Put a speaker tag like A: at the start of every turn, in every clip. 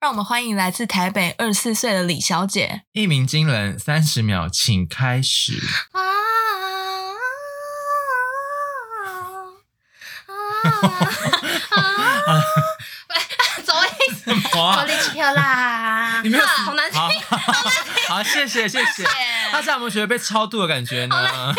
A: 让我们欢迎来自台北二十四岁的李小姐。
B: 一鸣惊人，三十秒，请开 始。
C: 啊啊啊！走一走，我
B: 哇，
C: 力气跳啦！
B: 你没有死
C: 好难听，
B: 好，好，谢谢，谢谢。大家有没有觉得被超度的感觉呢？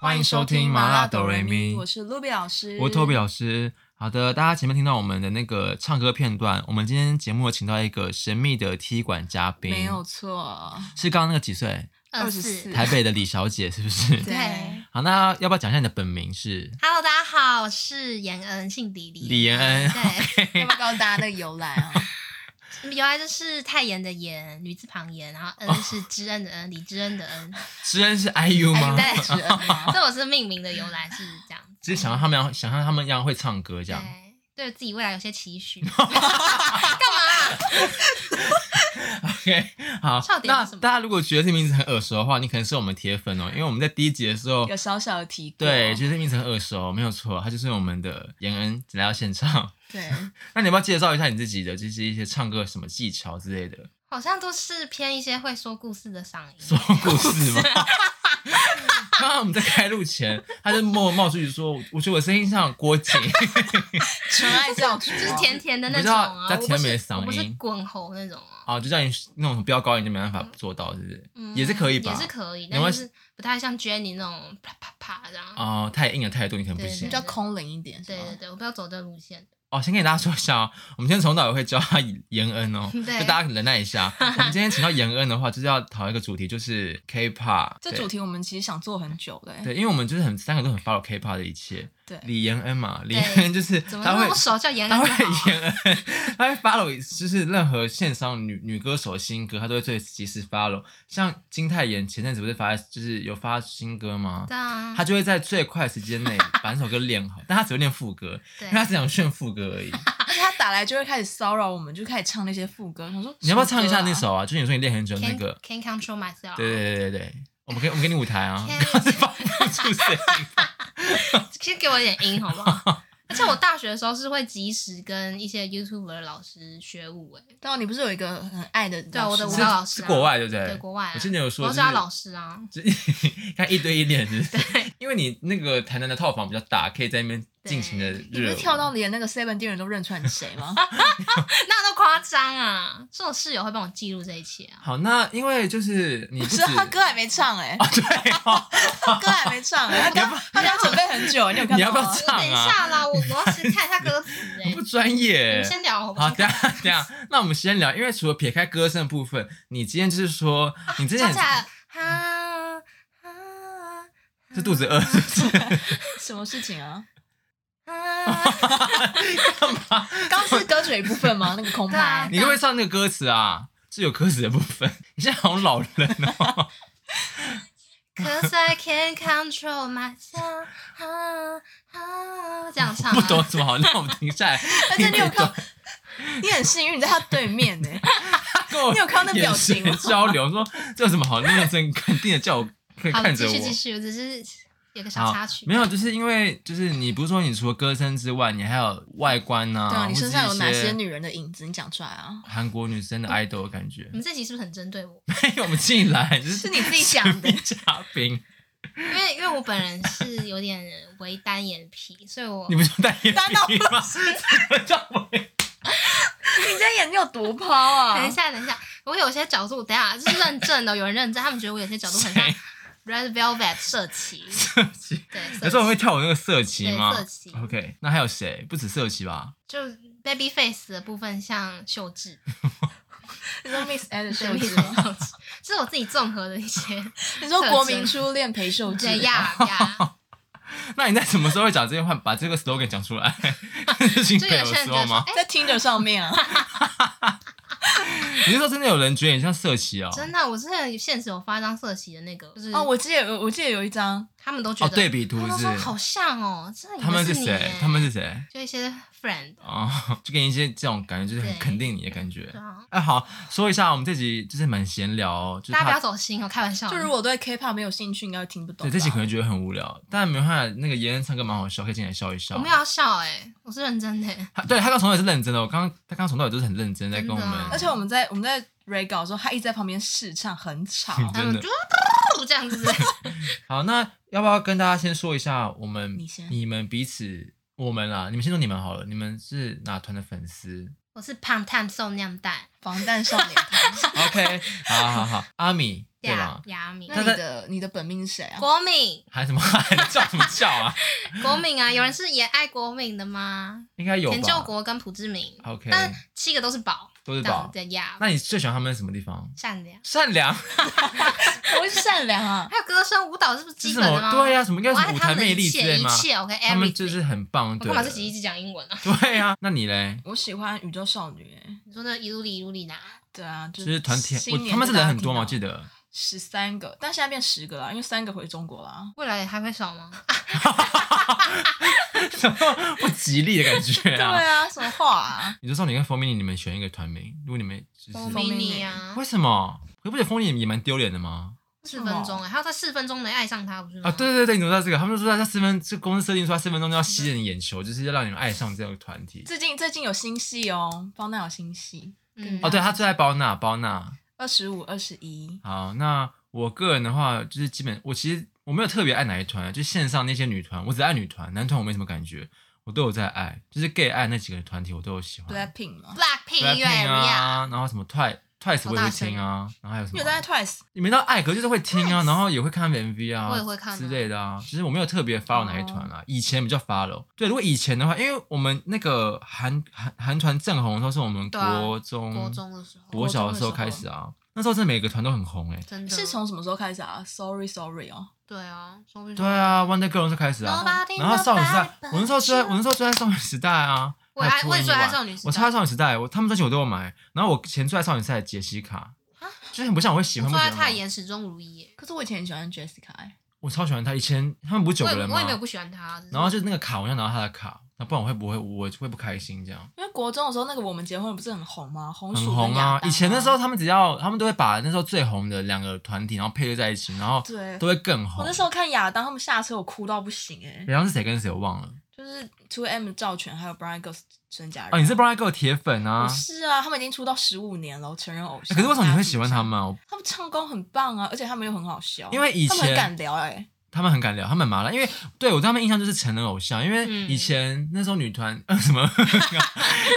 B: 欢迎收听麻辣哆瑞咪，
A: 我是 Ruby 老师，
B: 我是托比老师。好的，大家前面听到我们的那个唱歌片段，我们今天节目有请到一个神秘的踢馆嘉宾，
A: 没有错，
B: 是刚刚那个几岁？
A: 二
C: 二
A: 十
C: 十
A: 四
C: 四。
B: 台北的李小姐是不 是？
A: 对
C: 对
B: 好，那要不要讲一下你的本名是？
C: ，Hello，大家好，我是延恩，姓李李
B: 李延恩
C: 对，
A: 要不要告诉大家那个由来啊？
C: 原来就是太妍的妍，女字旁妍，然后
B: 哦
C: 恩是知恩的恩，李知恩的恩，
B: 知恩是 IU 吗？
C: 哎对
A: 知恩吗？
B: 哦
C: 这我是命名的由来是这样子。
B: 只是想让他们要想象他们一样会唱歌这样。
C: 对，对自己未来有些 期许。干啊嘛？
B: OK，好
C: 笑，点
B: 那
C: 是什么
B: 大家如果觉得这名字很耳熟的话，你可能是我们铁粉 哦，因为我们在第一集的时候
A: 有，小小的提过，
B: 对，觉得这名字很耳熟，没有错，他就是我们的延恩来到现场。
A: 对，
B: 那你要不要介绍一下你自己的，就是一些唱歌什么技巧之类的，
C: 好像都是偏一些会说故事的嗓音。
B: 说故事 吗？刚刚我们在开录前，他就冒冒出去说，我觉得我声音像郭 姐，
A: 纯爱教主啊
C: 就是甜甜的那
B: 你知
C: 种
B: 道
C: 啊，
B: 在
C: 我不
B: 甜美的
C: 是
B: 嗓
C: 我不是
B: 音
C: 滚喉那种啊，
B: 哦，就叫你那种飙高音就没办法做到，是不是？
C: 嗯
B: 也是可以吧？
C: 也是可以，
B: 没
C: 但
B: 关
C: 就
B: 系
C: 是不太像 Jenny 那种啪啪啪这样。
B: 哦，太硬的态度你可能不行
A: 比。较空灵一点，是
C: 对
A: 吗
C: 对对，我不要走这路线。
B: 哦，先跟大家说一下哦，我们今天从导也会教他延恩哦，
C: 对
B: 就大家忍耐一 下。我们今天请到延恩的话，就是要讨论一个主题，就是 K-pop。
A: 这
B: 对
A: 主题我们其实想做很久的，
B: 对，因为我们就是很三个都很 follow K-pop 的一切。
A: 对
B: 李延恩嘛，李
C: 对
B: 延恩就是
C: 怎么
B: 他
C: 那
B: 会
C: 么熟叫严
B: 他
C: 格
B: 会
C: 就好？
B: 延恩，他会 follow 就是任何线上女女歌手的新歌，他都会最及时 follow。像金泰妍前阵子不是发就是有发新歌吗？
C: 对啊
B: 他，就会在最快时间内把那首歌练好，但他只会练副歌，因
C: 对
B: 为，他只想炫副歌而已。
A: 而且他打来就会开始骚扰我们，就开始唱那些副歌。想说
B: 你要不要
A: 什么
B: 唱
A: 歌
B: 一下
A: 啊
B: 那？首啊？就是你说你练很久的那
C: Can
B: 个，
C: Can control myself。
B: 对对对对对，我们给我们给你舞台啊，
C: Can-
B: 刚刚是发不出声音，
C: 先给我一点音好不 好？而且我大学的时候是会及时跟一些 YouTuber 的老师学舞哎诶，
A: 对啊，你不是有一个很爱的
C: 对啊我的
A: 老
C: 舞
A: 师
C: 蹈
A: 吗
C: 老
B: 是
C: 师啊
B: 国外对不对？
C: 对国外啊
B: 我记得你有说，
C: 我
B: 就是是
C: 他老师啊，
B: 就看一对一练，就是 因为你那个台南的套房比较大，可以在那边尽情的
A: 你不
B: 热
A: 是
B: 舞。
A: 跳到连那个 Seven 店员都认出来你谁吗？
C: 那都夸张啊！是我室友会帮我记录这一切啊。
B: 好，那因为就是你不
A: 是
B: 止
A: 他歌还没唱哎、
B: 啊，对哦，
A: 他歌还没唱哎、他刚他刚准备很久，你有看到吗？
B: 你要不要
C: 我
B: 唱
C: 等一
B: 啊
C: 下啦，我我 要先看一下歌词诶。
B: 很不专
C: 我
B: 业
C: 们。先聊，我
B: 好，
C: 们
B: 等
C: 先
B: 一下等一下，那我们先聊，因为除了撇开歌声的部分，你今天就是说，
A: 啊
B: 你之前
C: 唱起来了，哈哈
B: 是肚子饿
A: 嗯
B: 是不是？
A: 什么事情啊？
C: 哈，
A: 刚是歌曲的一部分吗？那个空
C: 对啊
A: 白，
B: 你会不会唱那个歌词啊？是有歌词的部分。你现在好像老人哦。
C: Cause I can't control myself，哈哈，这样唱
B: 不懂
C: 啊。
B: 怎么好，那我们停下 来。
A: 而且你有
B: 听这
A: 看
B: 段，
A: 你很幸运，你在他对面呢、
B: 跟我
A: 你有看到那表情吗
B: 眼神交流，说这有什么好那么真肯定的叫 我可以
C: 好，
B: 看着
C: 继
B: 我
C: 续。继续，我只是有个小
B: 好
C: 插曲。
B: 没有，就是因为就是你不是说你除了歌声之外，你还有外观呐、
A: 对啊，你
B: 或者
A: 身上有哪
B: 一些
A: 些女人的影子？你讲出来啊！
B: 韩国女生的 idol 的感觉
C: 你？们这集是不是很针对我？
B: 没有，我们进来就是
A: 是你自己 想的
B: 神秘嘉宾，
C: 因为因为我本人是有点微单眼皮，所以我
B: 你不就戴 眼
A: 当然
B: 镜吗？ 什么叫我？
A: 你这眼睛有多抛啊
C: 等一下等一下，我有些角度，等一下这是认证的，有人认证，他们觉得我有些角度很像 Red Velvet 社 旗，对，
B: 有
C: 社
B: 时候我会
C: 旗
B: 跳舞那个色旗
C: 对
B: 吗
C: 社旗，
B: ？OK，那还有谁？不止色旗吧？
C: 就 Baby Face 的部分像秀智，
A: 你说 Miss A 的秀
C: 对，
A: 智
C: 秀
A: 吗？
C: 智，这是我自己综合的一些，
A: 你说国民初恋裴秀智
C: 对？呀
B: 哦
C: 呀，
B: 那你在什么时候会讲这句话？把这个 slogan 讲出 来？是新
C: 就
B: 朋
C: 有
B: 友
C: 些
B: 的
C: 人
B: 时
C: 觉得
B: 候
C: 说，
B: 吗？
C: 哎，
A: 在听着上面啊，
C: 哎
B: 你是说真的有人觉得你像色旗哦？
C: 啊真的，我之前现实有发一张社旗的那个，就是
A: 嗯哦哦，我记得有，我记得有一张，
C: 他们都觉
B: 哦，
C: 得
B: 对比图
C: 他们
B: 是
C: 说好像哦，真的以为
B: 他们
C: 是
B: 是
C: 你
B: 谁
C: 耶？
B: 他们是谁？
C: 就一些 friend
B: 哦，就给你一些这种感觉，就是很
C: 对
B: 肯定你的感觉
C: 对。啊，
B: 哎，好，说一下，我们这集就是蛮闲聊哦，就是
C: 大家不
B: 怕
C: 要走心哦，开玩笑。
A: 就如果对 K-pop 没有兴趣，应该会听不懂
B: 对
A: 吧。
B: 这集可能觉得很无聊，但没办法，那个妍妍唱歌蛮好笑，可以进来笑一笑。
C: 我们要笑哎，我是认真的耶。
B: 他对他刚从头也是认真的，我刚刚他刚从头也都是很认真在跟我
C: 真的啊
B: 们，
A: 而且我们在我们在 re 稿的时候，他一直在旁边试唱，很吵。
C: 他
B: 真
C: 们
B: 的
C: 就这 样子，
B: 好，那要不要跟大家先说一下我们
A: 你先
B: 们彼此我们啦，你们先说你们好了，你们是哪团的粉丝
C: 我是胖炭送酿蛋，
A: 防弹少年团，
B: ？OK，好好好，阿米对
C: 亚
B: 吧？
C: 亚米
A: 那你的你的本命是谁啊？
C: 国敏
B: 还什么 还叫什么叫 啊？
C: 国敏啊，有人是也爱国敏的吗？
B: 应该有
C: 田救
B: 吧
C: 国跟朴志明
B: OK
C: 但七个都是宝，
B: 都是
C: 这样
B: 宝
C: 子。的呀，
B: 那你最喜欢他们什么地方？
C: 善良。
B: 善良
A: 我是善良啊。
C: 还有歌声舞蹈是不是
B: 是
C: 基
B: 什
C: 本
B: 么？
C: 的吗？
B: 对啊呀，什么应该
C: 我爱
B: 是舞台
C: 他们的
B: 魅力
C: 一
B: 之
C: 切
B: 类
C: 一
B: 吗？
C: 切，OK，
B: 他们就是很棒，
C: 我
B: 对
C: 干嘛
B: 了。
C: 自己一直讲英文啊？
B: 对呀，那你嘞？
A: 我喜欢宇宙少女，欸
C: 你说那一路里一路里拿，
A: 对啊，就
B: 就是团体，
A: 新
B: 我
A: 年
B: 他们是人很多
A: 嘛，
B: 嘛，我记得。
A: 十三个，但现在变十个啦，因为三个回中国啊啦。
C: 未来还会少 吗？
B: 不吉利的感觉
A: 对
B: 啊！
A: 啊，什么话啊？
B: 你就少女跟 f o r m i n 你们选一个团名，如果你们就是
C: 我
A: 蜂
C: 迷
A: 蜜
C: 你啊，
B: 为什么？可不觉得 f o r m i n 也蛮丢脸的吗？
C: 四分钟哎，还有他四分钟没爱上他，不是吗？
A: 嗯
B: 啊，对对对，你怎么知道这个？他们就说他四分，这公司设定说他四分钟就要吸引你眼球，就是要让你们爱上这个团体。
A: 最近最近有新戏哦，包娜有新戏，
C: 嗯，
B: 哦，对他最爱包娜，包娜。
A: 二十五、二十一。
B: 好，那我个人的话，就是基本我其实我没有特别爱哪一团，啊就线上那些女团，我只爱女团，男团我没什么感觉，我都有在爱，就是 gay 爱那几个团体我都有喜欢。
A: Blackpink 吗？
C: Blackpink 乐
B: Blackpink
C: 哎呀，
B: 啊，然后什么 Twice Twice 我也会听啊，然后还有什
A: 你有？
B: 么
A: 在 Twice？
B: 你没到爱歌就是会听啊，然后也会看 MV 啊，
C: 我也会看啊哦
B: 之类的啊。其实我没有特别 follow 哪一团啦、以前比较 follow。对，如果以前的话，因为我们那个韩韩韩团正红的时候，是我们
C: 对啊
B: 国中、
C: 国中的时候，
B: 国小的时候开始啊。那时候真的每个团都很红哎、
C: 真的
A: 是从什么时候开始啊？Sorry Sorry 哦，
C: 对啊，说不定
B: 对，啊，Wonder Girls 就开始啊，
C: Nobody
B: 然后少女时代
C: nobody，but
B: 我那时候追，我那时候追在少女时代啊，
C: 我也
B: 还
C: 爱
B: 有
C: 我也最爱
B: 2NE1
C: 少女时代，
B: 我超爱少女时代，我他们专辑我都有买。然后我以前最爱少女时代的杰西卡
C: 啊，
B: 就是很不像我会喜
C: 我
B: 欢不喜
C: 最爱
B: 欢
C: 泰
B: 吗。
C: 妍始终如一欸耶，
A: 可是我以前很喜欢 Jessica，、欸、
B: 我超喜欢她。以前他们不是九
C: 我
B: 个
C: 也
B: 人
C: 我
B: 吗
C: 也没？有不喜欢他，只是
B: 然后就是那个卡，我要拿到她的卡，那不然我会不会我会不开心这样？
A: 因为国中的时候那个我们结婚不是很红吗？红
B: 很
A: 薯
B: 红
A: 跟亚
B: 啊！
A: 当
B: 以前的时候，他们只要他们都会把那时候最红的两个团体，然后配对在一起，然后
A: 对
B: 都，会更红。
A: 我那时候看亚当他们下车，我哭到不行哎、
B: 然后是谁跟谁我忘了
A: 就是 Two M 赵权还有 Brian Girls 孙佳
B: 啊？
A: 人。
B: 你是 Brian 给我铁粉啊
A: 我？是啊，他们已经出道十五年了，我承认偶
B: 欸
A: 像。
B: 可是为什么你会喜欢他？们啊？
A: 他们唱功很棒啊，而且他们又很好笑。
B: 因为以
A: 他们很
B: 前
A: 敢聊哎、
B: 他们很敢聊，他们很麻辣。因为对我对他们印象就是成人偶像，因为
C: 嗯
B: 以前那时候女团、 呃、什么，因为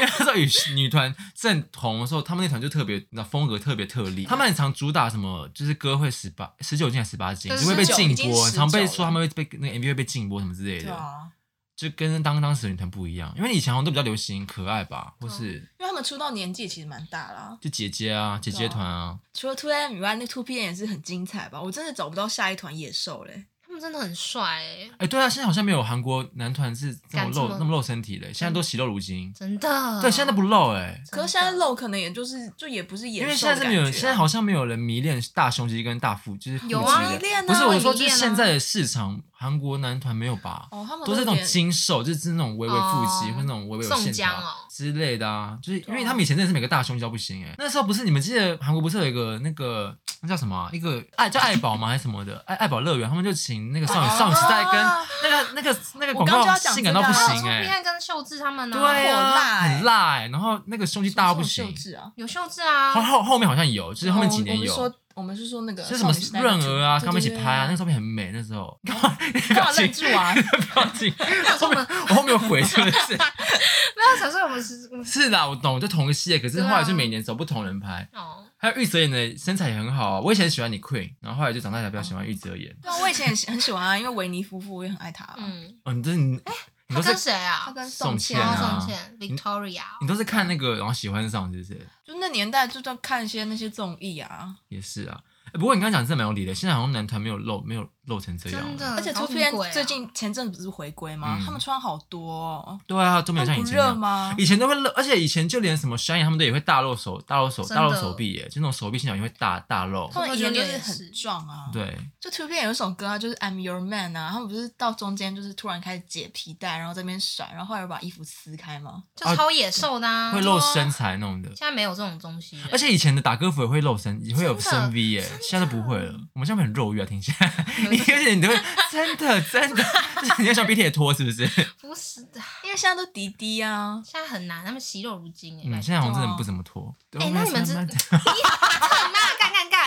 B: 那时候女女团正红的时候，他们那团就特别，你知道风格特别特例。他们很常主打什么，就是歌会十八、十九禁还是十八禁，
C: 对
B: 就会被
C: 19
B: 禁
A: 已经
B: 播，
A: 19
B: 常被说他们会被那个 MV 会被禁播什么之类
A: 对
B: 的，
A: 啊，
B: 就跟当当时的女团不一样。因为以前好像都比较流行可爱吧，或是
A: 因为他们出道年纪其实蛮大啦。
B: 就姐姐啊、姐姐团啊，
A: 除了 Two M 以外，那 Two P M 也是很精彩吧？我真的找不到下一团野兽嘞。
C: 他们真的很帅欸耶，
B: 哎、对啊，现在好像没有韩国男团是这么
C: 敢这
B: 露
C: 么嗯
B: 那么露身体的，现在都喜露如今。
C: 真的，
B: 对，现在都不露哎、
A: 可是现在露可能也就是就也不是野
B: 因为
A: 兽
B: 现在
A: 的
B: 是
A: 感觉啊、
B: 没有，现在好像没有人迷恋大胸肌跟大腹，就是腹肌
C: 有啊
B: 的
A: 迷恋啊
B: 不是
C: 我
B: 我
C: 也
B: 说，
C: 迷
B: 就是
C: 恋
B: 现
C: 啊
B: 在的市场，韩国男团没有吧？
A: 哦，他们
B: 都是那种
A: 有点
B: 精瘦，就是那种微微腹肌、
C: 哦
B: 或那种微微有
C: 宋
B: 线
C: 江
B: 条、
C: 哦
B: 之类的啊，就是因为
A: 对啊
B: 他们以前真的是每个大胸肌都不行哎、那时候不是你们记得韩国不是有一个那个那叫什么啊、一个爱叫爱宝吗还是什么的爱爱宝乐园，他们就请那个少女
A: 哦
B: 少女时代跟那个那个那个
A: 我
B: 广
A: 刚就
B: 告
A: 要讲
B: 性
A: 这
B: 感
A: 个
B: 到不
A: 啊
B: 行
C: 周
B: 哎、
C: 碧汉跟秀智他们呢，
B: 对啊，
A: 火辣欸
B: 很辣哎、然后那个胸肌大到不
A: 什么
B: 行
A: 秀。智啊，
C: 有秀智啊
B: 后，后后面好像有，就是后面几年有。
A: 哦我们说我们是说那个
B: 是什么
A: 少女时代的
B: 润儿啊，
A: 主
B: 他们一起拍啊，那个。照片很美。那时候， 干嘛？表
A: 对对对
B: 情，
A: 对干嘛 愣住啊？
B: 表情，后面我后面有鬼是不是？
C: 没有想说我们是我们
B: 是啦，我懂，就同个系列，可是
C: 对啊
B: 后来就每年找不同人拍。
C: 哦，
B: 还有玉泽演的身材也很好啊，我以前喜欢你 Queen，然后后来就长大才比较喜欢玉泽演。
A: 对啊，我以前也喜很喜欢啊，因为维尼夫妇我也很爱他啊。
C: 嗯，
B: 哦，你这你你
C: 他
B: 都
C: 跟
B: 是
C: 谁
A: 哎他
C: 啊？
A: 跟
B: 宋
A: 宋
B: 茜
A: 茜
B: 啊
C: 然
A: 啊，
C: 后宋茜，Victoria，哦
B: 你都是看那个然后喜欢上，是不是？
A: 就那年代就在看一些那些综艺啊。
B: 哎也是啊。欸不过你刚刚讲真的蛮有理的，现在好像男团没有露，没有露成这样
C: 真
B: 了。
C: 的，
A: 而且
C: 好
A: Two
C: 恐怖欸
A: PM 最近前阵子不是回归吗？
B: 嗯
A: 他们穿好多、哦，
B: 对啊，都没有
A: 他
B: 像以
A: 们不
B: 前那
A: 热
B: 样。
A: 吗？
B: 以前都会露，而且以前就连什么 Shine 他们都也会大露手、大露手、
C: 真的
B: 大露手臂耶，就那种手臂线条也会大大露。
A: 他们以前就是
C: 我觉得也是
A: 很壮啊。，
B: 对，
A: 就 Two PM 有一首歌啊，就是 I'm Your Man 啊，他们不是到中间就是突然开始解皮带，然后这边甩，然后后来又把衣服撕开吗？
C: 就超野兽的、啊
B: 会露身材弄的。
C: 现在没有这种东西了，
B: 而且以前的打歌服也会露身，也会有
C: 真的
B: 身 V 耶，现在都不会了。我们现在很肉欲啊，听起来，而 且你都会真的真的，就是你要想鼻涕也脱是 不是？
C: 不是的，
A: 因为现在都迪迪啊，
C: 现在很难，他们惜肉如金哎、
B: 嗯，
C: 感觉
B: 现在好像真的不怎么脱。对
C: 哎
B: 我们
C: 那你们
B: 慢慢地
C: 很难干干干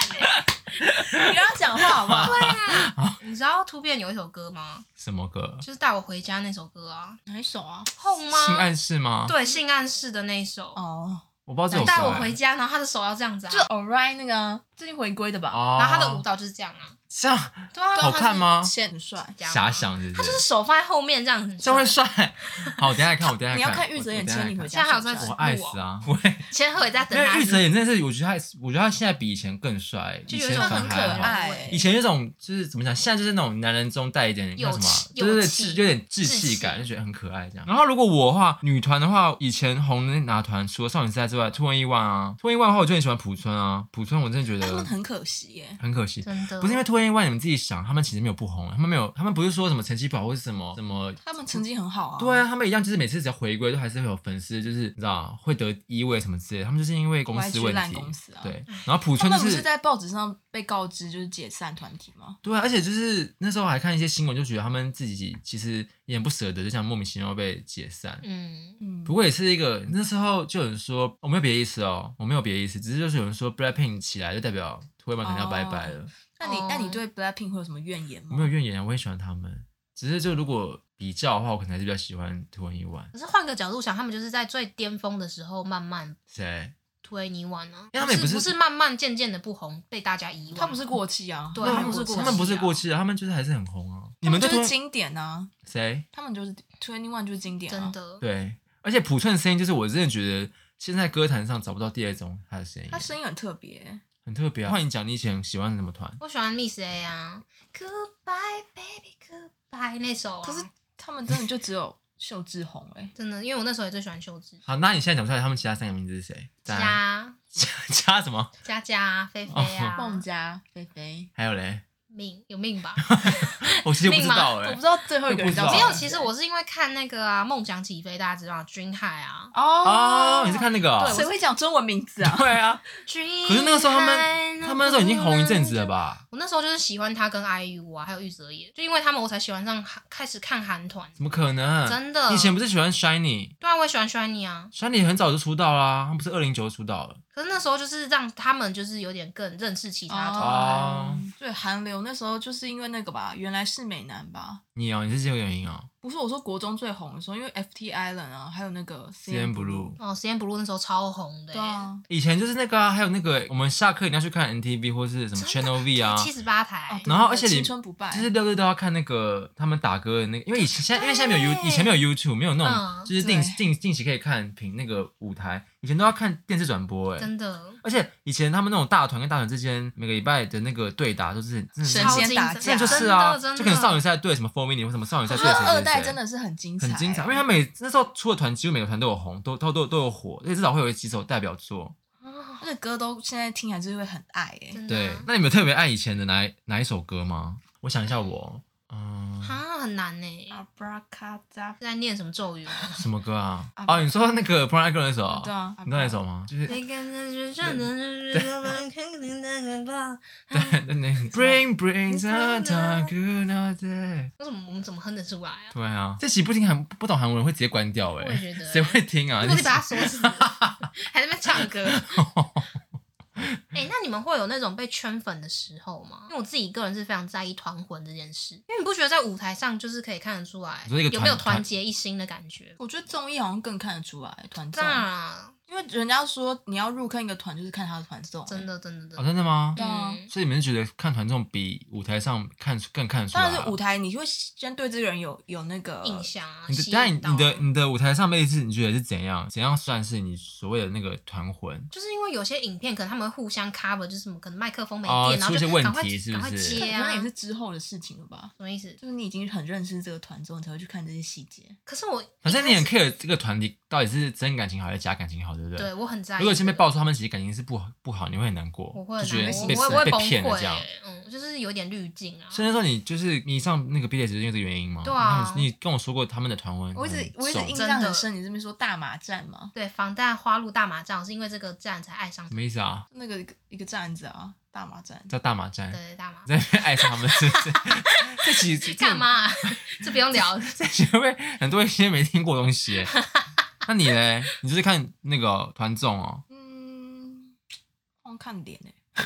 C: 哎，
A: 你让他讲话好不好？
C: 对啊，你知道突变有一首歌吗？
B: 什么歌？
C: 就是带我回家那首歌啊，
A: 哪一首啊？
C: 痛
B: 性
C: 吗？
B: 暗示吗？，
C: 对，性暗示的那一首，
A: 哦，
B: 我不知道这首
C: 带
B: 歌
C: 我
B: 哎。
C: 回家，然后他的手要这样子啊，
A: 就 Alright 那个啊最近回归的吧？
B: 哦
C: 然后他的舞蹈就是这样啊，
B: 这样
C: 对啊，
B: 好看？吗？
A: 现很帅。
B: 遐，想是不
C: 他就是
B: 是？
C: 手放在后面这样子，
B: 这样会帅。 好，等一下来看，我 等一下来
A: 你要看玉
B: 我
A: 泽演
B: 我
A: 《
B: 等一下
A: 千
B: 来
A: 里
B: 看
A: 回
C: 现在还有
A: 家》
C: 在
A: 是不是
B: 我
A: 啊，
B: 爱死 啊！我也
C: 千鹤也在哦等
B: 因为
C: 他，
B: 玉泽演真的是，我觉得他，我觉得他现在比以前更帅，
C: 就
B: 以
C: 有一
B: 前
C: 种很可
B: 还好。
C: 爱
A: 爱，
B: 以前那种就是怎么讲，现在就是那种男人中带一点叫
C: 有
B: 什么啊，
C: 气
B: 对对对，
C: 有
B: 稚
C: 气
B: 有点稚
C: 稚
B: 气
C: 气嗯
B: 感，就觉得很可爱这样。然后如果我的话，女团的话，以前红的那哪团，除了少女时代之外，Twenty One 啊，Twenty One 的话，我就很喜欢朴春啊，朴春我真的觉
A: 他们
B: 得
A: 很可惜耶。
B: 很可惜。
C: 真的
B: 不是因为 Twenty One，你们自己想，他们其实没有不红，他们没有，他们不是说什么成绩不好或是什么什么。
A: 他们成绩很好啊，
B: 对啊，他们一样，就是每次只要回归，都还是会有粉丝，就是你知道会得一位什么之类的。他们就是因为公司
A: YG
B: 问
A: 烂
B: 题，
A: 公司啊
B: 对。然后朴
A: 他
B: 春
A: 们
B: 就
A: 不是在报纸上被告知就是解散团体吗？
B: 对啊，而且就是那时候还看一些新闻，就觉得他们自己其实有点不舍得，就想莫名其妙被解散。
C: 嗯，
A: 嗯，
B: 不过也是一个那时候就有人说我没有别的意思哦，我没有别的意思，只是就是有人说 Blackpink 起来就代表 t w i c
A: 哦
B: 可能要拜拜了。
A: 那你
C: 哦
A: 那你对 Blackpink 会有什么怨言
B: 我没有
A: 吗？
B: 怨言啊，我也喜欢他们，只是就如果比较的话，我可能还是比较喜欢 t w i c
C: 可是换个角度想，他们就是在最巅峰的时候慢慢
B: 谁？
C: 推你玩啊，
B: 因为他们也
C: 不
B: 不
C: 是
B: 是
C: 不慢慢渐渐的不红，被大家遗忘，
A: 他不是过气啊，
C: 对
A: 他
C: 他
A: 们
C: 们
A: 不
C: 不
A: 是过
C: 是
A: 气
B: 他
A: 啊，
B: 们不是过气啊，他们就是还是很红啊。你
A: 他们
B: 们
A: 就
B: 对 t
A: 是
B: w
A: 经典啊，
B: 谁？
A: 他们就是 Twenty One 就是经典啊，
C: 真的，
B: 对，而且朴春的声音就是我真的觉得现在歌坛上找不到第二种他的声音
A: 他。声音很特别，
B: 很特别、啊。换你讲，你以前喜欢什么团？
C: 我喜欢 Miss A 啊，Goodbye Baby Goodbye 那首啊，
A: 可是他们真的就只有秀智红哎，
C: 真的，因为我那时候也最喜欢秀智，
B: 好，那你现在讲出来，他们其他三个名字是谁？加
C: 佳
B: 加加什么？
C: 佳佳啊菲菲
B: 哦
C: 啊，
A: 孟佳、菲菲，
B: 还有嘞，
C: 命有命吧，
B: 我其实不知道哎、
A: 我不知道最后一个人叫
B: 我
A: 什么
B: 不知
C: 没
B: 道
C: 有，其实我是因为看那个啊梦想起飞，大家知道吗君海啊，
A: 哦
B: 哦，你是看那个、哦？
A: 谁会讲中文名字啊？
B: 对啊，
C: 可
B: 可是那个时候他们他们那时候已经红一阵子了？吧？
C: 我那时候就是喜欢他跟 IU 啊，还有玉泽演，就因为他们我才喜欢上韩，开始看韩团。
B: 怎么可能？
C: 真的
B: 你以前不是喜欢 Shiny？Shiny
C: 对啊，我也喜欢 Shiny 啊，
B: 很早就出道啦，他们不是二零九出道了。
C: 可是那时候就是让他们就是有点更认识其他团。
B: 哦
A: 对，韩流那时候就是因为那个吧，原来是美男吧？
B: 你哦，你是这个原因哦。
A: 不是，我说国中最红的时候，因为 FT Island 啊，还有那个
B: CN Blue
A: 嗯
C: 哦，实验 blue 那时候超红的、欸
A: 对啊，
B: 以前就是那个啊，还有那个我们下课一定要去看 NTV 或是什么 Channel V 啊，
C: 七十八台、
A: 哦对
B: 然后
A: 对
B: 而且
A: 对
B: 你
A: 青春不败，
B: 就是六日都要看那个他们打歌的那个，因为以前现在因为现在没有 You，以前没有 YouTube，没有那种
C: 嗯
B: 就是定
A: 对
B: 定定期可以看评那个舞台，以前都要看电视转播哎。
C: 真的
B: 而且以前他们那种大团跟大团之间每个礼拜的那个对打都是真的是
A: 神
C: 超
A: 仙打
C: 精彩
A: 架
B: 真的就是啊，
C: 真的真的
B: 就可能少女赛对什么 Four Mini 或什么少女赛
A: 我
B: 对
A: 觉得
B: 谁谁谁
A: 二代真的是很精彩，
B: 很精彩，因为他每那时候出的团几乎每个团都有红，都都都都有火，而且至少会有几首代表作。
C: 啊，
A: 那个歌都现在听还是会很爱哎。
C: 真的
B: 对
C: 啊，
B: 那你们有特别爱以前的哪一哪一首歌吗？我想一下我，嗯，
C: 啊很难呢、
A: Abracadabra，
C: 是在念什么咒语吗？
B: 什么歌啊？
A: 啊
B: 哦，你说那个 Brown Eyed Girl 那首哦，
A: 对啊
B: 你知道那首吗？就是
C: 对 为
B: 对对 那 Bring Bring
C: 真
B: the
C: 的
B: good old day。
C: 什么我们怎么哼得出来啊？
B: 对啊，这期不听韩不懂韩文会直接关掉哎、
C: 我也觉得欸
B: 谁会听啊？这
C: 如果
B: 集
C: 你把它锁死，还在那边唱 歌。哎、那你们会有那种被圈粉的时候吗？因为我自己个人是非常在意团魂这件事，因为你不觉得在舞台上就是可以看得出来
B: 你说一个
C: 有没有
B: 团
C: 团结一心的感觉？
A: 我觉得综艺好像更看得出来团综
C: 当，然啊，
A: 因为为人家说你要入坑一个团，就是看他的团综，
C: 真的真的真
B: 哦，
C: 的。
B: 真的吗？
A: 对啊
C: 嗯
B: 所以你们是觉得看团这种比舞台上看出更看得出
A: 当
B: 来啊？
A: 然是舞台，你会先对这个人有有那个
C: 印象啊，
B: 你的
C: 吸，
B: 但
C: 引
B: 你
C: 到
B: 的你的舞台上魅力是你觉得是怎样？怎样算是你所谓的那个团魂？
C: 就是因为有些影片可能他们会互相 cover，就是什么可能麦克风没电，
B: 哦
C: 然后
B: 出
C: 就
B: 一些问
C: 赶快
B: 题是不
C: 赶快
B: 是
C: 接
A: 可
C: 啊，
A: 能也是之后的事情了吧？
C: 什么意思？
A: 就是你已经很认识这个团之后，你才会去看这些细节。
C: 可是我
B: 反正
C: 一
B: 你
C: 开
B: 很
C: 始
B: care 这个团体到底是真感情好还是假感情好，对不对？
C: 对我很在意，
B: 如果先被，爆出他们其实感情是不好不好，你会很难过，
C: 我会
B: 就觉
C: 很
B: 得
C: 难
B: 是
C: 过
B: 被
C: 我会
B: 被
C: 崩
B: 骗
C: 溃
B: 了这样。
C: 欸，嗯，就是有点滤镜啊。
B: 甚至说你就是迷上那个 BTS 就是因为这个原因吗？
C: 对啊
B: 你跟我说过他们的团魂很重，
A: 我一直我一直印
B: 什
A: 象
C: 真的
A: 很深，你这边说大马站嘛，
C: 对，防弹花路大麻将是因为这个站才爱上，
B: 么意思啊？
A: 那个一个一个站子啊，大马站。
B: 叫大马站，
C: 对大麻
B: 在那边爱上他们，是不 是？这其实
C: 干？嘛啊？ 这不用聊，
B: 这这其实会很多一些没听过的东西耶。 那你嘞？你就是看那个团综哦？
A: 嗯，光看脸哎、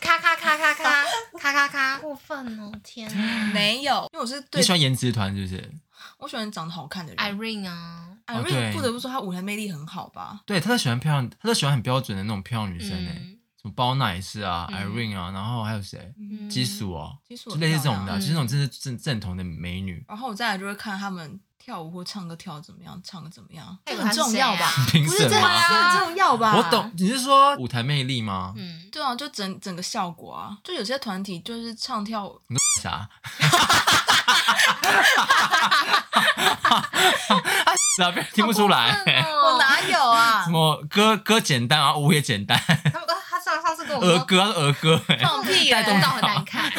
C: 咔咔咔咔咔咔咔咔，过分哦！天啊
A: 没有，因为我是
B: 你
A: 对
B: 喜欢颜值团是不是？
A: 我喜欢长得好看的人。
C: ，Irene 啊，
A: 艾
B: 哦对
A: 瑞不得不说，她舞台魅力很好吧？
B: 对，他都喜欢漂亮，他都喜欢很标准的那种漂亮女生诶，
C: 嗯
B: 什么包娜也是啊、
C: 嗯
B: i r e n e 啊，然后还有谁？
A: 嗯，
B: 基础哦，
A: 基础
B: 就类似这种的，
C: 嗯
B: 就是那种真的正正统的美女。
A: 然后我再来就会看他们跳舞或唱歌跳得怎么样，唱的怎么样，
C: 那
A: 这
C: 个
A: 很重要吧
C: 还是谁啊？
B: 凭
A: 不
B: 什
A: 是这
B: 么
A: 很
C: 啊
B: 啊？
A: 这很重要吧？
B: 我懂，。你是说舞台魅力吗？
C: 嗯，
A: 对啊，就整整个效果啊，就有些团体就是唱跳舞，
B: 你说啥？ 是啊，别人听不出
C: 好过分
B: 来。
A: 我
C: 哦。
A: 哪有 啊
B: 什？么歌歌简单啊，舞也简单，
C: 他们呃他上上次跟我
B: 儿
C: 说，
B: 歌他是儿歌哎、
A: 放屁欸耶、
C: 带动到很难 看，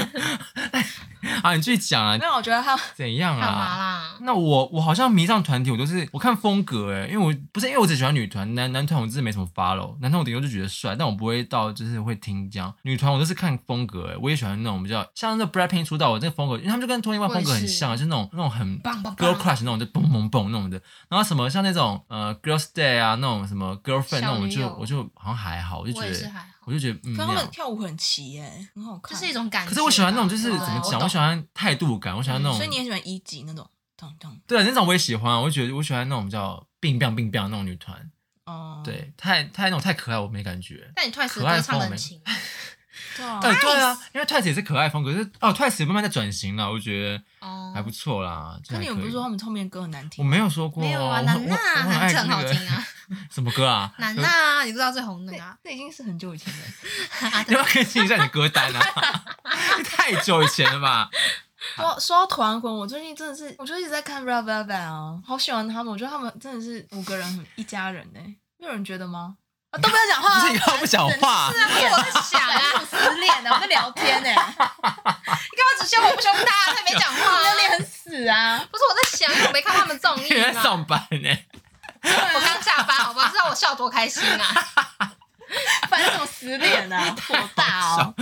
B: 啊，你继续讲 啊
A: 没，有，我觉得他
B: 怎样
C: 干嘛
B: 啊？
C: 啦？
B: 那我我好像迷上团体，我都是我看风格哎、因为我不是因为我只喜欢女团，男男团我真的没什么 follow，男团我顶多就觉得帅，但我不会到就是会听这样。女团我都是看风格哎、我也喜欢那种比较像那 Blackpink 出道，我这个风格，因为他们就跟 Twenty One
C: 我也
B: 风
C: 是
B: 格很像，就是那种那种很
C: 棒棒
B: girl
C: 棒！
B: crush 那种就蹦蹦蹦那种的，然后什么像那种呃 girls day 啊那种什么 girlfriend 那
C: 小
B: 种，我
C: 女
B: 就
C: 友
B: 我就好像还好，我就觉
C: 我也是
B: 得
C: 还好，
B: 我就觉得嗯
A: 可是
B: 那
A: 他
B: 样
A: 们。跳舞很齐耶、很好
C: 就
A: 看。
C: 是一种感觉吧。
B: 可是我喜欢那种就是
C: 对
B: 怎
C: 啊嗯
B: 么
A: 我
B: 讲，
A: 懂
B: 我喜欢态度感，我喜欢那种，
A: 所以你也喜欢一级那种，咚咚
B: 对啊那种我也喜欢，我就觉得我喜欢那种比较病病病病那种女团，
A: 哦，
B: 对，太太那种太可爱我没感觉。
C: 但你 Twice 的
B: 可爱
C: 歌唱
B: 风
C: 得
B: 没
C: 很情，
A: 对啊，
B: 对对啊，因为 Twice 也是可爱风格，就是哦 Twice 也慢慢在转型了，我觉得
C: 哦，
B: 还不错啦。就
A: 可
B: 还
A: 你们不
B: 以
A: 是说他们后面歌很难听
B: 我
A: 吗？
B: 没有说过，
C: 没有
B: 哦
C: 啊，
B: 我
C: 楠
B: 很我
C: 娜
B: 我很
C: 还
B: 爱
C: 是很好
B: 那个
C: 听啊，
B: 什么歌啊？
C: 楠娜，你不知道最红那个 啊，
A: 那已经是很久以前的，
B: 你 要不要更新一下你的歌单 啊？ 太久以前了吧？
A: 说说到团魂，我最近真的是，我就一直在看 Red Velvet 啊，好喜欢他们，我觉得他们真的是五个人很一家人呢、没有人觉得吗？啊，都不 要讲话、啊，
B: 不是你刚刚不讲话
A: 是，啊，
C: 我在想 啊，
A: 我失恋啊，我在聊天呢、
C: 你干嘛只凶我不凶他？他没讲话
A: 我
C: 啊
A: 的，脸很死啊，
C: 不是我在想，因为我没看他们 综
B: 你
C: 艺
B: 在
C: 嘛，
B: 上班呢、
C: 我刚下班，好不好？知道我笑多开心 啊！
A: 反正我失恋 啊，火大 哦，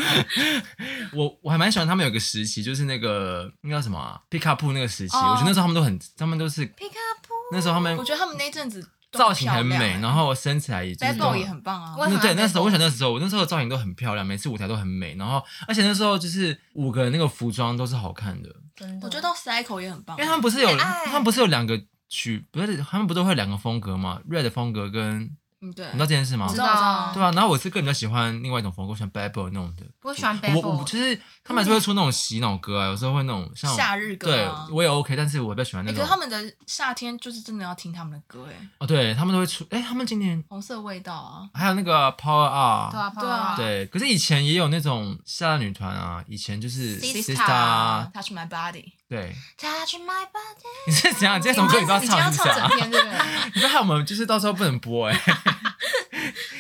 B: 我我还蛮喜欢他们有个时期，就是那个那叫什么、啊、pick up 那个时期，
A: 哦
B: 我觉得那时候他们都很，他们都是
C: 皮卡布，
B: 那时候他们
A: 我觉得他们那阵子都
B: 造型很
A: 漂亮
B: 美，
A: 欸
B: 然后身材也就是
A: ，Bad
B: 都
A: Boy 也很棒啊，
C: 我也很
B: 对，
C: 爱
B: 那时候
C: Bad
B: 我想那时候我那时候的造型都很漂亮，每次舞台都很美，然后而且那时候就是五个人那个服装都是好看的，
C: 真的，
A: 我觉得到 Cycle 也很棒
B: 因为，他们不是有
C: 很爱
B: 他们不是有两个曲，不是他们不都会有两个风格吗？red 风格跟你
A: 嗯，对，
B: 知道这件事吗
A: 我？
C: 知
A: 知
C: 道
A: 道，
C: 啊
A: 我
B: 对啊，然后我是个人比较喜欢另外一种风格，我喜欢 Bad Boy 那种的。
C: 我喜欢 Bad
B: 我我
C: Boy，
B: 就是他们还是会出那种洗脑歌啊，有时候会那种
A: 知道
B: 像
A: 夏日歌
B: 对
A: 啊，
B: 我也 OK，但是我比较喜欢那
A: 欸
B: 种
A: 可是他们的夏天就是真的要听他们的歌，哎，
B: 哦，对他们都会出，哎，他们今年
A: 红色味道啊，
B: 还有那个 Power
C: 对
B: R，
C: 啊，
A: 对啊
B: 对，可是以前也有那种夏日女团啊，以前就是
C: Sistar
B: Sistar 啊，
A: Touch My Body，
B: 对，
C: ，Touch my body，
B: 你是怎样？这首歌你都要
A: 你今天
B: 唱
A: 要唱
B: 一下
A: 整，篇对不对？
B: 你不要害我们就是到时候不能播哎。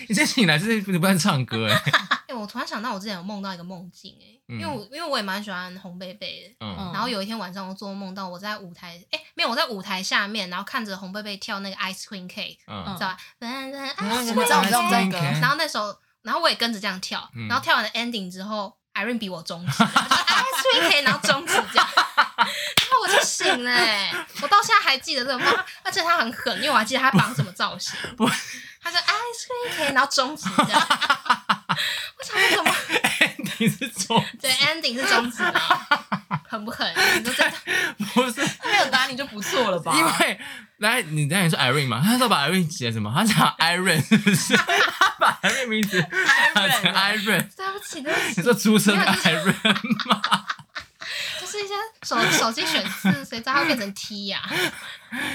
B: 你这醒来就是不能唱歌哎，
C: 哎，我突然想到我之前有梦到一个梦境，哎，因
B: 嗯
C: 为我因为我也蛮喜欢红贝贝的。
B: 嗯
A: 嗯
C: 然后有一天晚上，我做梦到我在舞台，哎，没有，我在舞台下面，然后看着红贝贝跳那个 Ice Cream Cake，
B: 嗯
C: 知道吧？嗯嗯
B: 嗯
C: ，Ice
A: 我知道我知道
C: Cream
A: 我知道那
C: Cake。
A: 个
C: 然后那时候，然后我也跟着这样跳
B: 嗯，
C: 然后跳完的 ending 之后，Irene 比我中指，然哎后就 Ice Cream Cake，然后中指这样。 然后我就醒了、欸，我到现在还记得这个梦，而且他很狠，因为我还记得他绑什么造型
B: 不。
C: 他说哎 ice cream cake，然后中指这样。 我想说怎么？
B: 你是中
C: 对，ending 是中指啊，狠不狠？你说真的？
B: 不是？
A: 他没有打你就不错了吧？
B: 因为来，你刚才说 Irene 嘛，他说把 Irene 写什么？他讲 Irene 是不是？他把 Irene 名字打成 Irene，
C: 对不起，对不
B: 你
C: 起，
B: 说出生的
C: 没有就是
B: Irene 吗？
C: 就是一些手手机选字，谁知道它会变成 T 呀、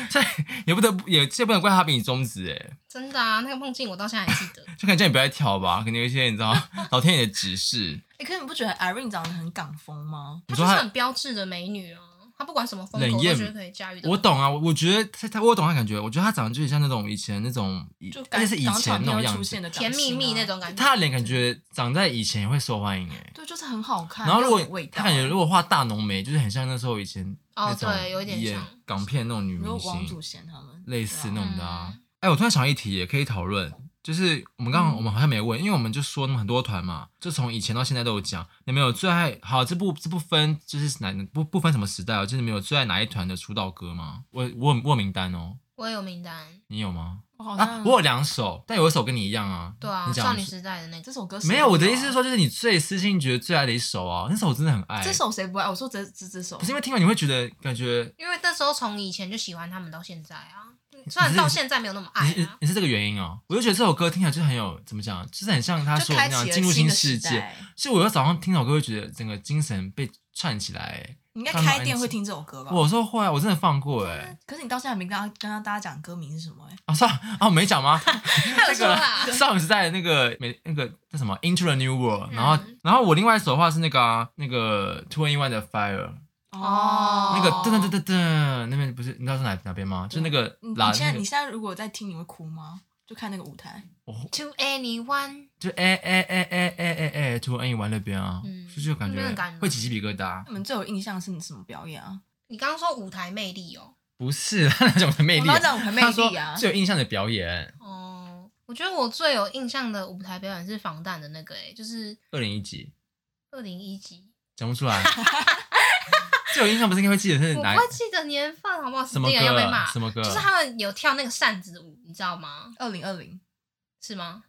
B: 所以也不得不也这不能怪他比你中指哎，
C: 真的啊，那个梦境我到现在还记得。
B: 就可能叫你不要再跳吧，可能有一些你 知道老天爷的指示。
A: 哎，可是你不觉得 Irene 长得很港风吗？
B: 你
C: 她
B: 说
C: 就
B: 她
C: 是很标志的美女啊，她不管什么风格，
B: 冷
C: 我
B: 艳
C: 都觉得可以驾驭的。
B: 我懂啊，我我觉得他他我懂他感觉，我觉得他长得就很像那种以前那种，
A: 就
B: 而
A: 港
B: 且是以
A: 港
B: 前
A: 场
B: 那
A: 片
B: 种
A: 会
B: 样
A: 出
B: 子
A: 现，的港星
C: 甜
A: 啊
C: 蜜蜜那，种感觉。
B: 他的脸感觉长在以前也会受欢迎哎。
A: 对，就是很好看。
B: 然后如果
A: 啊又有味道
B: 他感觉如果画大浓眉，就是很像那时候以前
C: 哦
B: 那种
C: 对有一点
B: 演
C: 像
B: 港片那种女
A: 如
B: 明
A: 果王
B: 星
A: 祖，贤他们
B: 类似
A: 对
B: 那
A: 啊
B: 种的啊
C: 嗯。
B: 哎，我突然想到一题，也可以讨论，就是我们刚刚
A: 嗯
B: 我们好像没问，因为我们就说很多团嘛，就从以前到现在都有讲，你们有最爱好这部这部分就是哪不不分什么时代哦，就是你们有最爱哪一团的出道歌吗？我我有我有名单哦，
C: 我也有名单，
B: 你有吗？
A: 我哦好
B: 啊
A: 像，
B: 我有两首，但有一首跟你一样啊。
C: 对啊，
B: 你
C: 少
B: 讲
C: 女时代的那个
A: 这首歌谁
B: 没有？
A: 不
B: 我的
A: 知
B: 意
A: 道
B: 思
A: 啊
B: 是说，就是你最私心觉得最爱的一首啊，那首我真的很爱。
A: 这首谁不爱？我说这这这首
B: 可是因为听完你会觉得感觉
C: 因为那时候从以前就喜欢他们到现在啊，虽然到现在没有那么爱
B: 你是
C: 啊，
B: 你是这个原因哦，我就觉得这首歌听起来就很有怎么讲，就是很像他
A: 就
B: 说的
A: 开
B: 那样
A: 启了
B: 进入
A: 新
B: 新
A: 的
B: 世
A: 时
B: 界。
A: 代。
B: 所以我有早上听这首歌会觉得整个精神被串起来。哎
A: 你应该
B: 干嘛
A: 开店
B: 安
A: 会
B: 静
A: 听这首歌吧？
B: 我说会啊，我真的放 过哎
A: 可是你到现在还没跟他跟他大家讲歌名是什么哎、
B: 啊，算了啊，我没讲吗？
C: 他有
B: 那
C: 说啊啦
B: 个，少女时代的那个美那个叫什么《Into the New World》，
C: 嗯
B: 然后然后我另外一首的话是那个啊那个 Two in One 的 Fire，
C: 哦
B: 那个噔噔噔噔噔，那边不是你知道是哪哪边吗？就是那个
A: 你嗯
B: 拉
A: 你现在
B: 那个
A: 你现在如果在听，你会哭吗？就看那个舞台，
B: 哦，
C: To anyone，
B: 就哎哎哎哎哎哎哎，Two in One 那边啊
C: 嗯，
B: 就就感
C: 那边很
B: 觉
C: 感人
B: 会起鸡皮疙瘩
A: 你。们最有印象是你什么表演啊？
C: 你刚刚说舞台魅力哦，
B: 不是 他那种的魅
A: 我
B: 力
A: 哪
B: 啊，
A: 有讲舞台魅
B: 他说
A: 力啊？
B: 最有印象的表演，
C: 哦，我觉得我最有印象的舞台表演是防弹的那个，哎，就是
B: 二零一集
C: 二零一集，
B: 讲不出来。 最有印象不是应该会记得是
C: 我不
B: 哪
C: 会记得年份好不好？
B: 什么
C: 死定了要被
B: 歌？啊
C: 骂，
B: 什么歌？
C: 就是他们有跳那个扇子舞，你知道吗？
A: 二零二零，是
C: 是吗？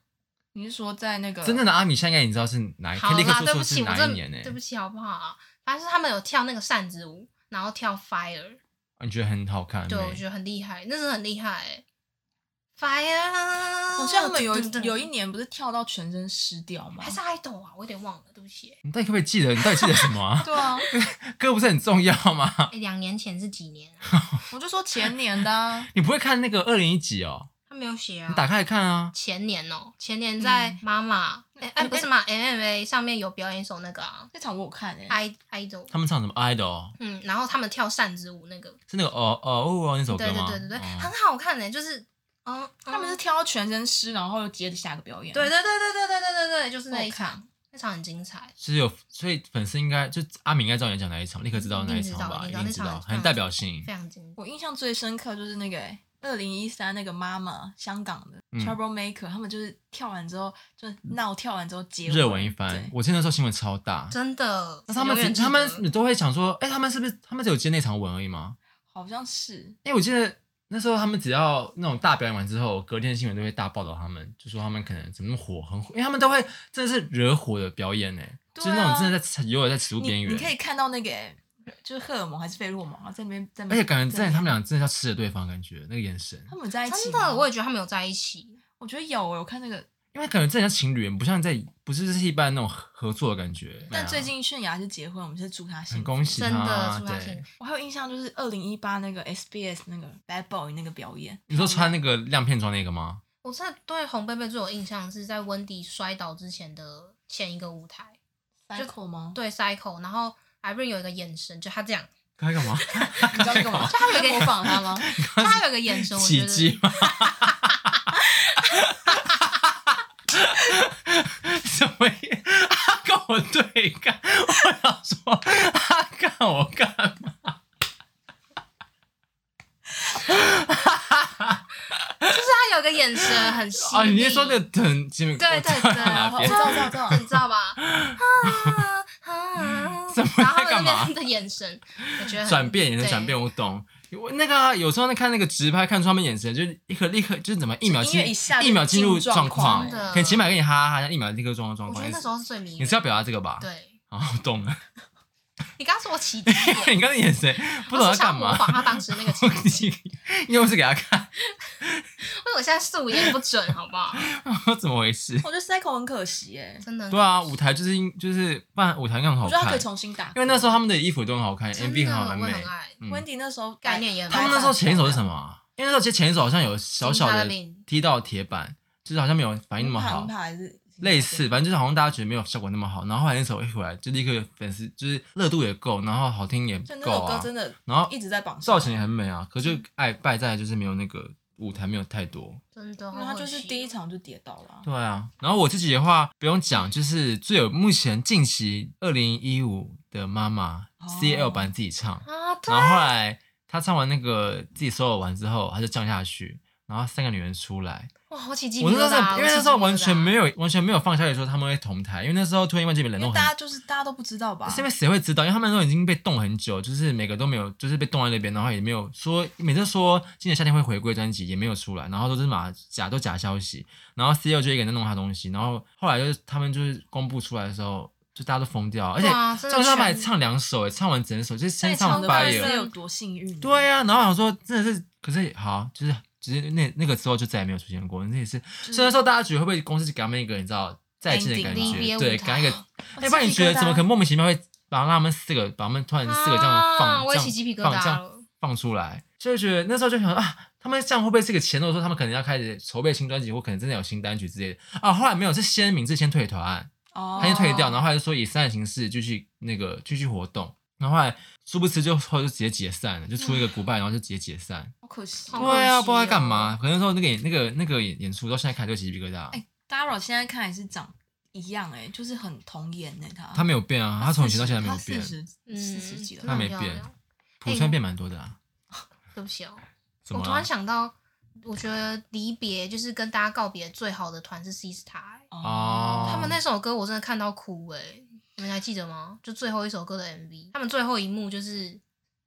A: 你是说在那个
B: 真正的阿米现在应该你知道是哪一，
C: 好
B: 可以立刻
C: 啦，
B: 说
C: 对不
B: 出
C: 起，
B: 是
C: 我
B: 哪
C: 真
B: 一
C: 的
B: 年呢？
C: 对不起，好不好、啊？反正就是他们有跳那个扇子舞，然后跳 fire，
B: 啊你觉得很好看？
C: 对
B: 很美
C: 我觉得很厉害，那是很厉害、欸。fire，
A: 好像他们有
C: 噔噔噔
A: 有一年不是跳到全身湿掉吗
C: 还？是爱豆啊，我有点忘了，对不起、欸。
B: 你到底可不可以记得？你到底记得什么 啊？
A: 对啊，
B: 歌不是很重要吗？
C: 哎两年前是几年啊、
A: 我就说前年的、啊，
B: 你不会看那个二零一集哦？
C: 他没有写啊
B: 你。打开来看啊。
C: 前年哦、前
A: 嗯
C: 年在妈妈哎哎不是嘛 MMA 上面有表演一首那个啊
A: 那场我有看哎、
C: i idol，
B: 他们唱什么 idol？
C: 嗯，然后他们跳扇子舞那个，
B: 是那个哦哦哦哦那首歌
C: 对对
B: 吗？
C: 对对对，
B: 哦
C: 很好看呢、就是嗯，
A: 他们是
C: 嗯
A: 跳到全身湿，然后又接着下个表演。
C: 对对对对对对对对对，就是那一
A: 我
C: 场，那场很精彩。
B: 是有，所以粉丝应该就阿敏应该知道你讲哪一场，立刻知道哪一场吧，
C: 嗯一
B: 一
C: 定
B: 定
C: 知
B: 知
C: 道
B: 道，
C: 一定知道
B: 很代表性
C: 非。常精彩。
A: 我印象最深刻就是那个欸二零一三那个妈妈香港的、
B: 嗯
A: Trouble Maker，他们就是跳完之后就闹，跳完之后结
B: 热吻一番
A: 对，
B: 我记得那时候新闻超大，
C: 真的。
B: 那他们
C: 永远
B: 只
C: 记
B: 他
C: 得
B: 们你都会想说，哎，他们是不是他们只有接那场吻而已吗？
A: 好像是
B: 因为我记得那时候他们只要那种大表演完之后，隔天新闻都会大报道他们，就说他们可能怎么那么火，很火，因为他们都会真的是惹火的表演呢、
A: 对啊
B: 就是那种真的在游泳在尺度边
A: 你
B: 缘
A: 你，可以看到那个、欸就是荷尔蒙还是费洛蒙啊，在那边在那
B: 而
A: 边，
B: 且感觉在他们俩真的要吃了对方，感觉那个眼神，
A: 他们在一起
C: 真
A: 吗
C: 的，我也觉得他们有在一起。
A: 我觉得有、欸，我看那个，
B: 因为感觉真的像情侣，不像在不是就是一般那种合作的感觉。
A: 但最
B: 对啊啊
A: 近泫雅是结婚，我们是祝她幸
B: 很
A: 福。
B: 恭喜
C: 真的
B: 他，
C: 祝他幸
B: 对
C: 福，
A: 我还有印象就是二零一八那个 SBS 那个 Bad Boy 那个表演，
B: 你说穿那个亮片装那个吗？
C: 我真的对红贝贝最有印象是在温迪摔倒之前的前一个舞台，
A: 就口吗？
C: 对 Cycle，然后 Irene 有一个眼神，就他这样，
B: 他在干嘛？
A: 你知道那个吗？就他有一个模仿他吗？
C: 就他有一个眼神，我觉
B: 起
C: 得
B: 鸡吗？ 什么意？他跟我对干，我想说他干我干嘛？
C: 就是他有一个眼神很犀利。
B: 啊，你是说那个等前面？
C: 对对对
B: 我知道 哪
A: 我
B: 边
A: 知道，知道，知道。
C: 你知道吧？啊啊！
B: 怎么
C: 然后
B: 在干嘛
C: 那边的眼神，我觉得很
B: 转变眼神
C: 对
B: 转变，我懂。我那个啊、有时候看那个直拍，看出他们眼神，就是立刻立刻就是怎么一秒
A: 音乐
B: 进
A: 一下就
B: 一秒进
A: 进入
B: 入状
A: 状
B: 况
A: 况，
C: 真的
B: 可能起码跟你哈哈哈，一秒立刻状况状
C: 我觉
B: 况
C: 得那。时候是最迷人的。
B: 你是要表达这个吧？
C: 对，
B: 哦啊，我懂了。
C: 你刚刚说我起鸡耶，
B: 你刚才眼神不
C: 我
B: 懂
C: 是
B: 他干
C: 想要
B: 嘛，
C: 模仿他当时那个情景，
B: 你又是给他看，
C: 为什么现在素颜不准，好不 好？
B: 怎么 回事？
A: 我觉得 Cycle 很可惜哎，
C: 真的，
B: 对啊，舞台就是应就是办舞台更好
A: 我觉得他
B: 看
A: 可以，重新打，
B: 因为那时候他们的衣服都很好看
C: 真的
B: ，MV 很好，很
C: 我
B: 美
C: 也。很爱。
B: 嗯
A: Wendy 那时候
C: 概念也很
B: 他们那时候前一首是什么啊？因为那时候其实前一首好像有小小
C: 金发
B: 的
C: 的饼
B: 踢到铁板，就是好像没有反应那么好
A: 银牌银，牌还是
B: 类似，反正就是好像大家觉得没有效果那么好，然后后来那首一回来，就立刻粉丝就是热度也够，然后好听也
A: 就那
B: 够
A: 首歌
B: 啊，
A: 真的
B: 然后
A: 一直在榜上
B: 造，型也很美啊，可就爱败在就是没有那个舞台没有太多。
C: 真的，
A: 因为他就是第一
C: 场，
A: 场就跌倒了啊。
B: 对啊，然后我自己的话不用讲，就是最有目前近期二零一五的妈妈
A: 哦
B: C L 版自己唱，
C: 啊，对
B: 然后后来她唱完那个自己 solo 完之后，她就降下去。然后三个女人出来，
C: 哇，我起鸡皮
B: 我
C: 疙
B: 那时
C: 瘩
B: 候
C: 啊，
B: 因为那时候完全没
C: 有，
B: 有完全没有放消息说他们会同台，因为那时候突然间被冷
A: 因为
B: 冻很
A: 大家就是大家都不知道吧
C: 啊
B: 是？因为谁会知道？因为他们都已经被冻很久，就是每个都没有，就是被冻在那边，然后也没有说，每次说今年夏天会回归专辑也没有出来，然后都是马假都假消息，然后 C O 就一个人在弄他东西，然后后来就是他们就是公布出来的时候，就大家都疯掉，而且
C: 哇真的
B: 上次他们还
C: 全
B: 唱两首，哎，唱完整首就是
A: 那
B: 先
A: 你
B: 唱
A: 唱的
B: fire，
A: 是有多幸运？
B: 对，啊呀、然后想说真的是，可是好，就是只是那那个之后就再也没有出现过。那也是，虽然说大家觉得会不会公司给他们一个你知道再见的感
A: Ending，
C: 离别
B: 觉，
C: 舞
B: 对，
C: 台
B: 给他一个，
C: 哦
A: 我
B: 哎要不然你
A: 鸡皮
B: 觉
A: 疙瘩
B: 得怎么可能莫名其妙会把他们四个，把他们突然四个这样放，
C: 啊我也
B: 这
C: 起鸡皮疙
B: 样
C: 瘩
B: 放这样
C: 了。
B: 放出来，所以觉得那时候就想说啊，他们这样会不会是个前奏？说他们可能要开始筹备新专辑，或可能真的有新单曲之类的啊。后来没有，是先名字先退团，
A: 哦，
B: 他就退掉，然后后来就说以商业形式继续那个继续活动，然后后来殊不知就后来就直接解散了，就出一个 goodbye，然后就直接解散。
A: 好可惜
C: 好
A: 哦。
C: 可
B: 对啊，
C: 惜
B: 不知道在干
C: 哦
B: 嘛。可能说那个演那个那个演演出到现在看就起鸡皮疙瘩。
A: 哎大家现在看还是长一样哎，就是很童颜呢。他
B: 他没有变啊，
C: 哎
B: 他从以前到现在没有变，
A: 四
C: 嗯，
A: 十四十几
C: 真
A: 了
C: 的
B: 他
A: 吧。
B: 没
C: 很漂
B: 变
C: 亮
B: 普川变蛮多的啊。
C: 对不起哦，
B: 怎
C: 哎我
B: 么
C: 突
B: 了
C: 然？想到，我觉得离别就是跟大家告别最好的团是 Sista，、欸
B: 哦
C: 他们那首歌我真的看到哭哎、你们还记得吗？就最后一首歌的 MV，他们最后一幕就是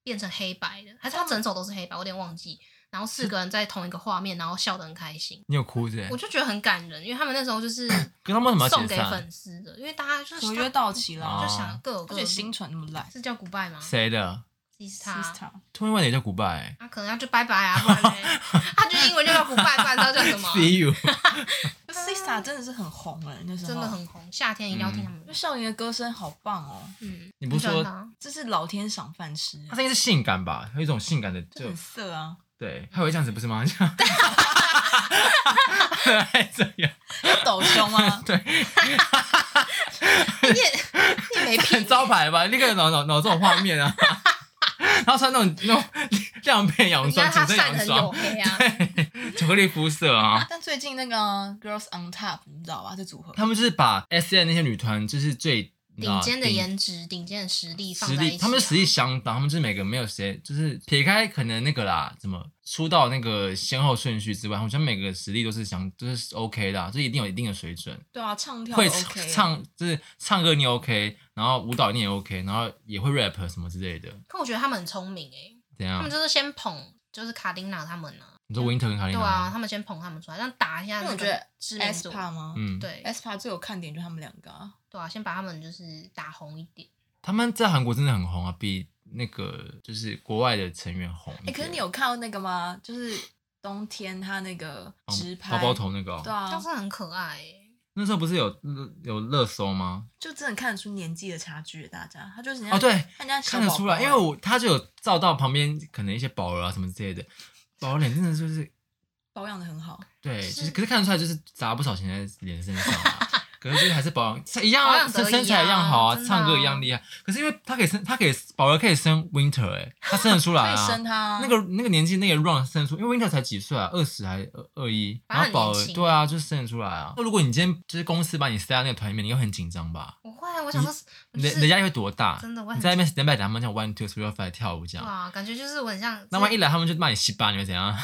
C: 变成黑白的，还是他整首都是黑白，我有点忘记。然后四个人在同一个画面，然后笑得很开心，
B: 你有哭是不是？
C: 我就觉得很感人，因为他们那时候就是
B: 可他们为什么要
C: 送
B: 解
C: 给
B: 散？
C: 粉丝的，因为大家就是
A: 合约到期了，
B: 哦
C: 就想各有各
A: 而且
C: 的路
A: 新传那么烂
C: 是叫 Goodbye 吗
B: 谁的？
C: ？Sista，
B: 突然问也叫 goodbye。
C: 他可能要就拜拜啊，不然 嘞他就英文就叫 Goodbye，不然知道叫什么？
B: See you。
A: ，Sista 真的是很红哎，那时候
C: 真的。很红，夏天一定要听他们
A: 就
C: 的。
A: 少年的歌声好棒哦，
C: 嗯，
B: 你不是说
C: 真 的啊
A: 这是老天赏饭吃
B: 他，声音是性感吧？有一种性感的，
A: 这
B: 就
A: 很色啊！
B: 对，他会这样子不是吗？ 这样，这样，！
A: 要抖胸啊
B: 对，
C: 你也你也没
B: 很
C: 品，
B: 招牌吧？那个脑脑脑这种画面啊，然后穿那种那种亮片洋
C: 你看
B: 装，
C: 他
B: 紧身
C: 晒得
B: 洋
C: 很黝
B: 装，
C: 黑 啊，
B: 巧克力肤色啊。
A: 但最近那个啊 Girls on Top 你知道吧？这组合
B: 他们就是把 S N 那些女团就是最你知道
C: 顶尖的
B: 啊顶
C: 颜值、顶尖的实力放
B: 实
C: 在一
B: 力，
C: 起啊，
B: 他们实力相当，他们就是每个没有谁，就是撇开可能那个啦，怎么出道那个先后顺序之外，好像每个实力都是相都、是 OK 的啊、就是一定有一定的水准，
A: 对啊，唱跳
B: 会
A: OK 啊
B: 唱就是唱歌你 OK，然后舞蹈你也 OK，然后也会 rap 什么之类的，
C: 可我觉得他们很聪明哎，
B: 怎
C: 他
B: 样
C: 们？就是先捧，就是卡琳娜他们呢，
B: 你说 Winter 跟卡
C: 对
B: 琳娜？
C: 啊，他们先捧他们出来，让打一下
A: 因为
C: 那
A: 我觉得
C: 个知名度，
A: SPA 吗？
B: 嗯，
C: 对
A: SPA 最有看点就他们两个啊，
C: 对啊，先把他们就是打红一点。
B: 他们在韩国真的很红啊，比那个就是国外的成员红一
A: 哎、
B: 点。
A: 可是你有看到那个吗？就是冬天他那个
B: 哦
A: 直拍，
B: 包包头那个、哦
A: 对，
C: 但
A: 啊
C: 是，很可爱欸，
B: 那时候不是有有热搜吗？
A: 就真的看得出年纪的差距，大家他就是人家
B: 哦，，对，
A: 他人家小
B: 看得
A: 宝
B: 出
A: 宝
C: 啊
B: 来，因为我他就有照到旁边可能一些宝儿啊什么之类的，宝儿脸真的就是
A: 保养的很好，
B: 对，
C: 是
B: 就是可是看得出来就是砸不少钱在脸身上、 啊，可是就是还是保养一样
C: 保
B: 啊，
C: 养得
B: 身身材一样好啊，
C: 一样真的啊
B: 唱歌一样厉害。可是因为他可以生，他可以宝儿可以生 Winter 哎、他生得出
A: 可
B: 来
A: 以生
B: 啊。
A: 他啊
B: 那个那个年纪那个 Run 生得出，因为 Winter 才几岁啊，二十还二二一，
C: 反
B: 然
C: 正
B: 后宝
C: 很年
B: 儿
C: 轻
B: 对啊，就生得出来啊。那如果你今天就是公司把你塞到那个团里面，你又很紧张吧？
C: 我会啊，我想说，我就
B: 人
C: 是
B: 人家会多大？
C: 真的我很
B: 你在那边 stand by 等他们讲 one two three four five 跳舞这样。
C: 哇，啊感觉就是我很像，
B: 那万一来他们就骂你西巴，你会怎 样？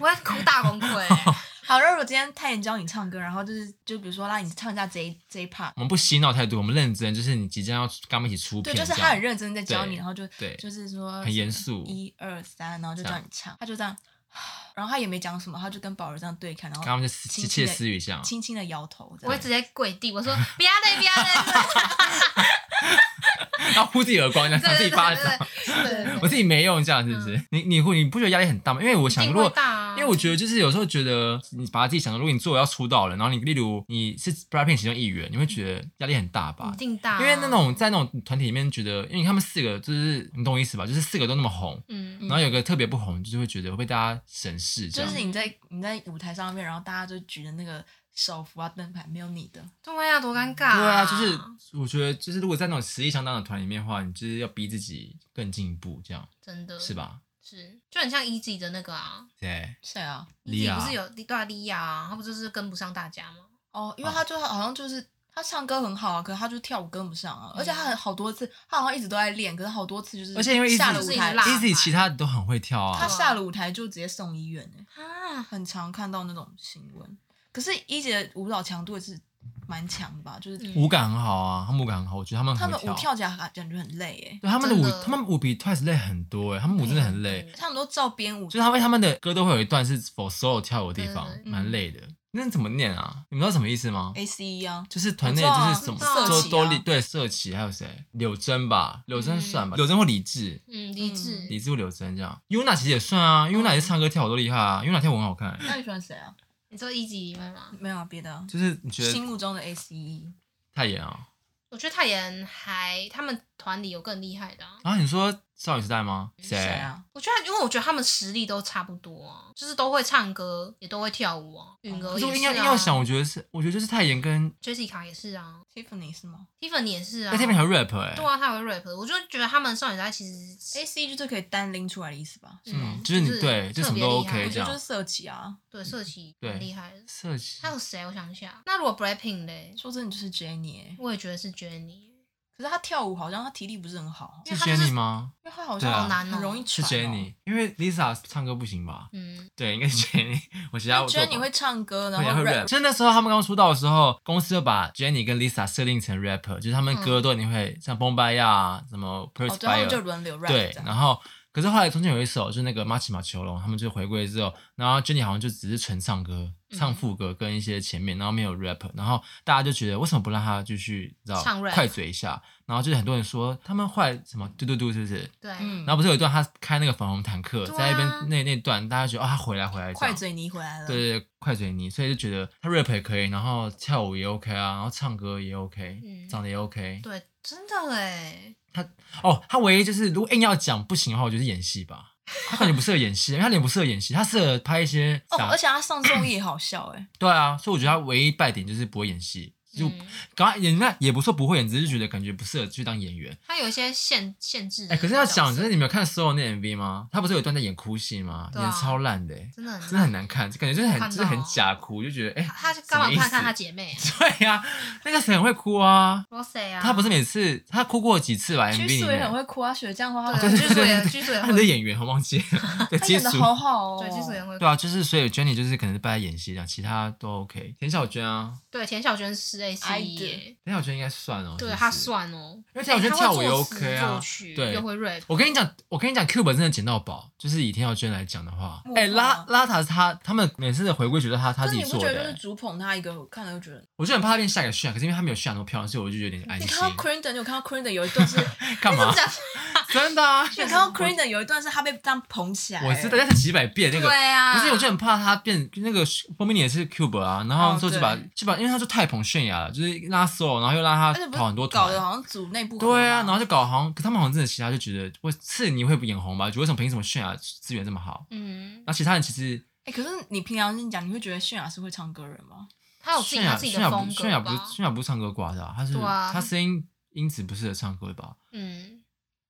C: 我会哭大崩溃欸，
A: 好，那如果今天泰妍教你唱歌，然后就是就比如说让你唱一下这一这一 part，
B: 我们不嬉闹态度，我们认真，就是你即将要跟他们一起出
A: 对，
B: 片，
A: 就是
B: 这
A: 他
B: 样
A: 很认真在教你，
B: 对
A: 然后就
B: 对
A: 就是说
B: 很严肃
A: 一二三，然后就
B: 这样
A: 叫你唱，他就这样，然后他也没讲什么，他就跟宝儿这样对看，然
B: 跟他
A: 后
B: 们就窃
A: 轻
B: 窃
A: 轻地
B: 私语这样。
A: 轻轻的摇头，这
C: 我会
A: 样
C: 直接跪地，我说不要嘞，不要嘞。
B: 然后呼自己耳光，这样赏自己巴掌。
C: 对对
B: 我自己没用，这样是不是？你你会你不觉得压力很大吗？因为我
C: 一
B: 想，
C: 定
B: 如
C: 会
B: 果
C: 大啊，
B: 因为我觉得就是有时候觉得你把自己想成，如果你做要出道了，然后你例如你是 BLACKPINK 其中一员，你会觉得压力很大吧
C: 一？定大啊，
B: 因为那种在那种团体里面，觉得因为他们四个就是你懂我意思吧，就是四个都那么红，
C: 嗯，
B: 然后有个特别不红，就是会觉得会被大家审视
A: 就
B: 这样。
A: 是你在你在舞台上面，然后大家就举着那个手幅啊灯牌，没有你的，
C: 对啊，多尴尬、
B: 对啊，就是我觉得就是如果在那种实力相当的团里面的话，你就是要逼自己更进一步，这样
C: 真的，
B: 是？吧？
C: 是，就很像 Easy 的那个啊
B: 对，
A: 谁啊？
B: 莉
C: ，Easy
B: 亚
C: 不是有对啊莉亚啊，他不就是跟不上大家吗？
A: 哦，因为他就好像就是他唱歌很好啊，可是他就跳舞跟不上啊，而且他很好多次，他好像一直都在练，可是好多次就是，
B: 而且因为一
A: 嗯
B: 直
A: 下了
C: 就是
A: 舞
C: 一直
A: 台，
C: 拉大牌
B: Easy 其他的都很会跳
A: 他
B: 啊，
A: 下了舞台就直接送医院、欸，
C: 啊，
A: 很常看到那种新闻。可是一姐的舞蹈强度也是蛮强的吧，就是
C: 嗯
B: 舞感很好啊，他们舞感很好，我觉得他们
A: 他
B: 很
A: 们
B: 会
A: 舞跳起来感觉很累哎、
B: 对他们的舞，
C: 真的
B: 他们舞比 Twice 累很多哎，他们舞真的很累，
A: 他们都照编舞
B: 就，是他们他们的歌都会有一段是 for solo 跳舞的地方
C: 对对，
A: 对
B: 蛮累的。那怎么念啊？你们知道什么意思吗？
A: A C E 啊，
B: 就是团内
A: 我知道
B: 就
A: 啊
B: 是什么
C: 知道啊
B: 周
A: 社企啊
B: 多利对社企还有谁？柳真吧，柳真
C: 嗯
B: 算吧，柳真或李志，
C: 嗯，理智，
B: 李志或柳真这样。Yuna 其实也算啊，Yuna 也是唱歌跳舞都厉害啊，Yuna 跳舞很好看欸。
A: 那你喜欢谁啊？
C: 你知道 E Easy 吗？
A: 没有啊，别的、啊，
B: 就是你觉
A: 心
B: 得
A: 目中的 A C E
B: 太妍啊？
C: 我觉得泰妍还他们团里有更厉害的、啊。
B: 然后你说少女时代吗？
A: 谁
B: 谁？
A: 啊？
C: 我觉得，因为我觉得他们实力都差不多啊，就是都会唱歌，也都会跳舞啊。允儿
B: 哦可
C: 也
B: 是我
C: 是
B: 应该
C: 啊，
B: 要想，我觉得是，我觉得就是太妍跟
C: Jessica 也是啊
A: Tiffany 是吗
C: ，Tiffany 也是啊
B: 那，天还有 rap 哎，
C: 对啊，他有 rap，我就觉得他们少女时代其实，
A: ？A C E 就是可以单拎出来的意思吧？
B: 嗯就是你对就
C: 特
B: 什么
C: 别
B: 都
C: 厉害
B: OK
A: 我
B: 这
A: 觉
B: 样
A: 得就是社企啊。
C: 对，社企
B: 对
C: 很厉害的。
B: 社企
C: 还有谁？我想一下，那如果 Blackpink 嘞，
A: 说真的就是 Jennie，欸、
C: 我也觉得是 Jennie，
A: 可是她跳舞好像她体力不是很好，
C: 因
B: 是
C: 为他就是
B: Jenny 吗？
A: 因为她好
B: 对啊
A: 像
B: 好
C: 难哦
A: 很容易
B: 是
A: 喘、哦。
B: Jenny，因为 Lisa 唱歌不行吧？
C: 嗯，
B: 对，应该是 Jenny。我其他我做过
A: Jenny 会唱歌，然
B: 会
A: 后
B: 会
A: rap
B: rap。。就是那时候他们刚出道的时候，公司就把 Jenny 跟 Lisa 设定成 rapper，就是他们歌都你会像《b o m b a y 啊，什么《p e r
A: 哦，
B: s
A: 对，他
B: i
A: 们
B: r
A: 就轮流 rap
B: 对
A: 这，
B: 然
A: 样。
B: 后可是后来中间有一首就是那个马奇马球龙，他们就回归之后，然后 Jenny 好像就只是纯唱歌、
C: 嗯
B: 唱副歌跟一些前面，然后没有 rap，然后大家就觉得为什么不让他继续你知道
C: 唱 rap
B: 快嘴一下？然后就是很多人说他们坏什么嘟嘟嘟是不是？
C: 对，啊
A: 嗯，
B: 然后不是有一段他开那个粉红坦克，
C: 对啊
B: 在那边那那段大家觉得啊、他回来回来这
A: 快
B: 样。
A: 嘴泥回来了。
B: 对对，对快嘴泥，所以就觉得他 rap 也可以，然后跳舞也 OK 啊，然后唱歌也 OK，、
C: 嗯
B: 长得也 OK。
C: 对，真的哎，
B: 哦，他唯一就是如果硬要讲不行的话，我觉得是演戏吧。他感觉不适合演戏，因为他脸不适合演戏，他适合拍一些
A: 哦，
B: 打
A: 而且她上综艺也好笑哎、
B: 对啊，所以我觉得他唯一败点就是不会演戏，就
C: 嗯
B: 刚刚演那也不是说不会演，只是觉得感觉不适合去当演员。
C: 他有一些限限制的
B: 哎、
C: 角色。
B: 可是
A: 嗯
B: 要讲，就是你们有看 s o 那 MV 吗？他不是有一段在演哭戏吗？
C: 对
B: 演
C: 啊
B: 得超烂的、欸
C: 真的
B: 真的很难看，感觉就是很
C: 看到
B: 就是很假哭，就觉得哎、
C: 他他干嘛
B: 什么意
C: 不
B: 思
C: 看看他姐妹啊
B: 对呀、那个谁很会哭啊，
C: ？Rose 啊，
B: 他不是每次他哭过几次吧？MV
A: 欸。
B: 里
A: 居素也很
B: 面，
A: 会哭啊，雪降
B: 哦
A: 花花
C: 对
A: 的，
C: 居素也居素也
B: 他
C: 会
B: 们的演员我忘记 了，对，
A: 她
B: 基
A: 演的
B: 础
A: 好好哦。
C: 对，技术员会
B: 对啊，就是所以 Jenny 就是可能是败在演戏这样，其他都 OK。田小娟啊，
C: 对，田小娟是 A C
A: 哎
C: E，
B: 田小娟应该算哦，
C: 对
B: 其实
C: 她。算哦，
B: 因为田小娟
C: 哎
B: 跳舞也
C: 她会作词
B: OK 啊
C: 作曲
B: 对
C: 又会 rap，
B: 我跟你讲，我跟你讲，Cube 真的捡到宝，就是以田小娟来讲的话，
A: 哇
B: 哎、拉拉塔是他他们每次的回归觉得他他
A: 可
B: 自
A: 是
B: 己
A: 你不
B: 做
A: 觉得
B: 的、
A: 就是
B: 欸
A: 主捧她一个，我看了就觉得。
B: 我就很怕他变下一个炫，可是因为他没有炫那么漂亮，所以我就有点安
A: 你
B: 心。
A: 看到 Crandon，有看到 Crandon 有一段是， 你
B: 干
A: 怎
B: 嘛
A: 么？讲？
B: 真的啊！
A: 你看到 Crandon 有一段是她被这样捧起来、
B: 我知道，但是几百遍那个。
C: 对啊，
B: 可是我就很怕他变那个封面也是 Cube 啊，然后
A: 哦
B: 之后就把、
A: 对
B: 就把，因为他就太捧泫雅了，就是拉 solo，然后又让他
A: 而且不
B: 跑很多
A: 是
B: 团，
A: 搞得好像组内部合
B: 对啊，
A: 嘛
B: 然后就搞好像，可他们好像真的其他就觉得，我是你会不眼红吧？就为什么凭什么泫雅资源这么好？
C: 嗯，
B: 那其他人其实
A: 哎、可是你平常心讲，你会觉得泫雅是会唱歌人吗？
C: 她有自己
B: 泫
C: 她
B: 雅
C: 自己
B: 泫
C: 的
B: 雅不
C: 风
B: 是
C: 格
B: 泫雅不是
C: 吧，
B: 泫雅不是唱歌挂的、啊，她是
C: 对啊
B: 她声音音质不适合唱歌吧？
C: 嗯，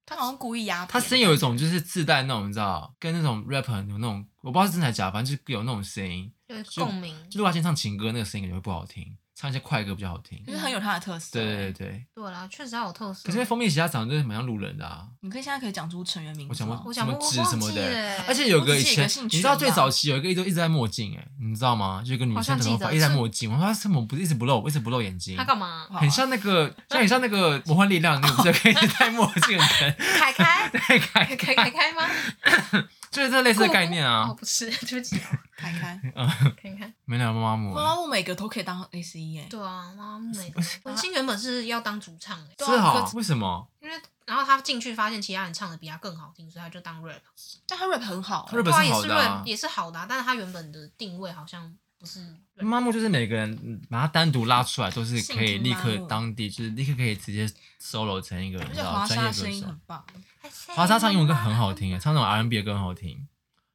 A: 她好像故意压扁。
B: 她声音有一种就是自带那种你知道，跟那种 rapper 有那种我不知道是真的还是假的，反正就是有那种声音。
C: 有
B: 就
C: 共鸣
B: 就，如果她先唱情歌，那个声音感觉会不好听，唱一些快歌比较好听。
A: 就是很有她的特色。
B: 对对对对，
C: 对啦，确实她有特色。哦
B: 可是因为封面其他长得就是蛮像路人的啊。
A: 你可以现在可以讲出成员名
B: 我
A: 字
B: 想
A: 吗
B: 问？
C: 我
B: 什
C: 想
B: 么
C: 问我
B: 纸
C: 忘
B: 什么
C: 记
B: 的
C: 了
B: 欸
C: 欸，
B: 而且有
A: 我只
B: 个以
A: 记得一
B: 前
A: 个姓
B: 你知道
A: 全
B: 最
A: 吧
B: 早期有一个一直一直在墨镜哎，你知道吗？就一个女
C: 好
B: 生
C: 像
B: 的
C: 记
B: 头发
C: 得
B: 一直在
C: 是
B: 墨镜，我发是某不是一直不露，一直不露眼睛
C: 她，干嘛？
A: 好啊
B: 很像那个，像很像那个魔幻力量，你不是可以戴墨镜的人，
C: 凯凯
B: 对开
C: 凯凯凯凯吗？
B: 就是这类似的概念
C: 哦，
B: 啊。
C: 不是， 对不起，
A: 凯 凯，
C: 凯凯，
B: 没聊妈妈母
A: 妈妈木每个都可以当 A C E 哎，
C: 啊对啊，妈妈美，文心原本是要当主唱欸
A: 对
B: 是哦
A: 啊
B: 哈
A: 可？
B: 为什么？
C: 因为然后他进去发现其他人唱的比他更好听，所以他就当 rap。
A: 但他 rap 很好、
B: 他 rap
C: 对啊
B: 是
C: 也
B: 好
C: 是
B: 的啊
C: rap 也是好的、啊，但是他原本的定位好像不是 rap。
B: 麻木就是每个人嗯把它单独拉出来，都是可以立刻
A: 性情麻木
B: 当地就是立刻可以直接 solo 成一个你
A: 哎而
B: 知
A: 且
B: 道
A: 华
B: 专业
A: 莎
B: 歌
A: 声音
B: 手
A: 很。棒，
B: 华莎唱英文歌很好听耶，唱那种 R&B 的歌很好听，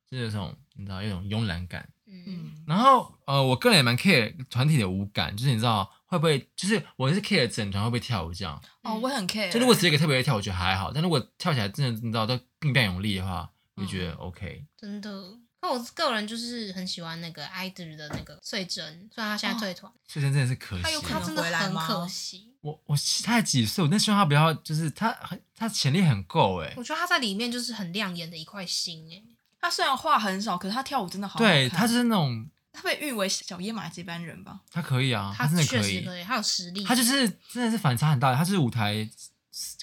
B: 就是那种你知道有一种慵懒感。
C: 嗯，
A: 嗯，
B: 然后呃，我个人也蛮 care 团体的舞感，就是你知道会不会，就是我是 care 整团会不会跳舞这样。
A: 哦，我也很 care。
B: 就如果只有一个特别会跳，我觉得还好，但如果跳起来真的你知道都并变有力的话，我就觉得 OK。
C: 真的。那我个人就是很喜欢那个 idol 的那个穗珍，虽然他现在退团，
B: 所以真的是可惜
A: 他有可能
C: 他
B: 了。
C: 真的
A: 回来
C: 很
A: 吗
C: 可惜。
B: 我我他才几岁，我真的希望他不要，就是他很他潜力很够哎
C: 我。觉得他在里面就是很亮眼的一块星哎、
A: 他虽然话很少，可是他跳舞真的好好看。
B: 对，他就是那种
A: 他被誉为小野马接班人吧？
B: 他可以啊，
C: 他
B: 真的
C: 确
B: 可
C: 实
B: 以，
C: 可以，他有实力，
B: 他就是真的是反差很大的，他是舞台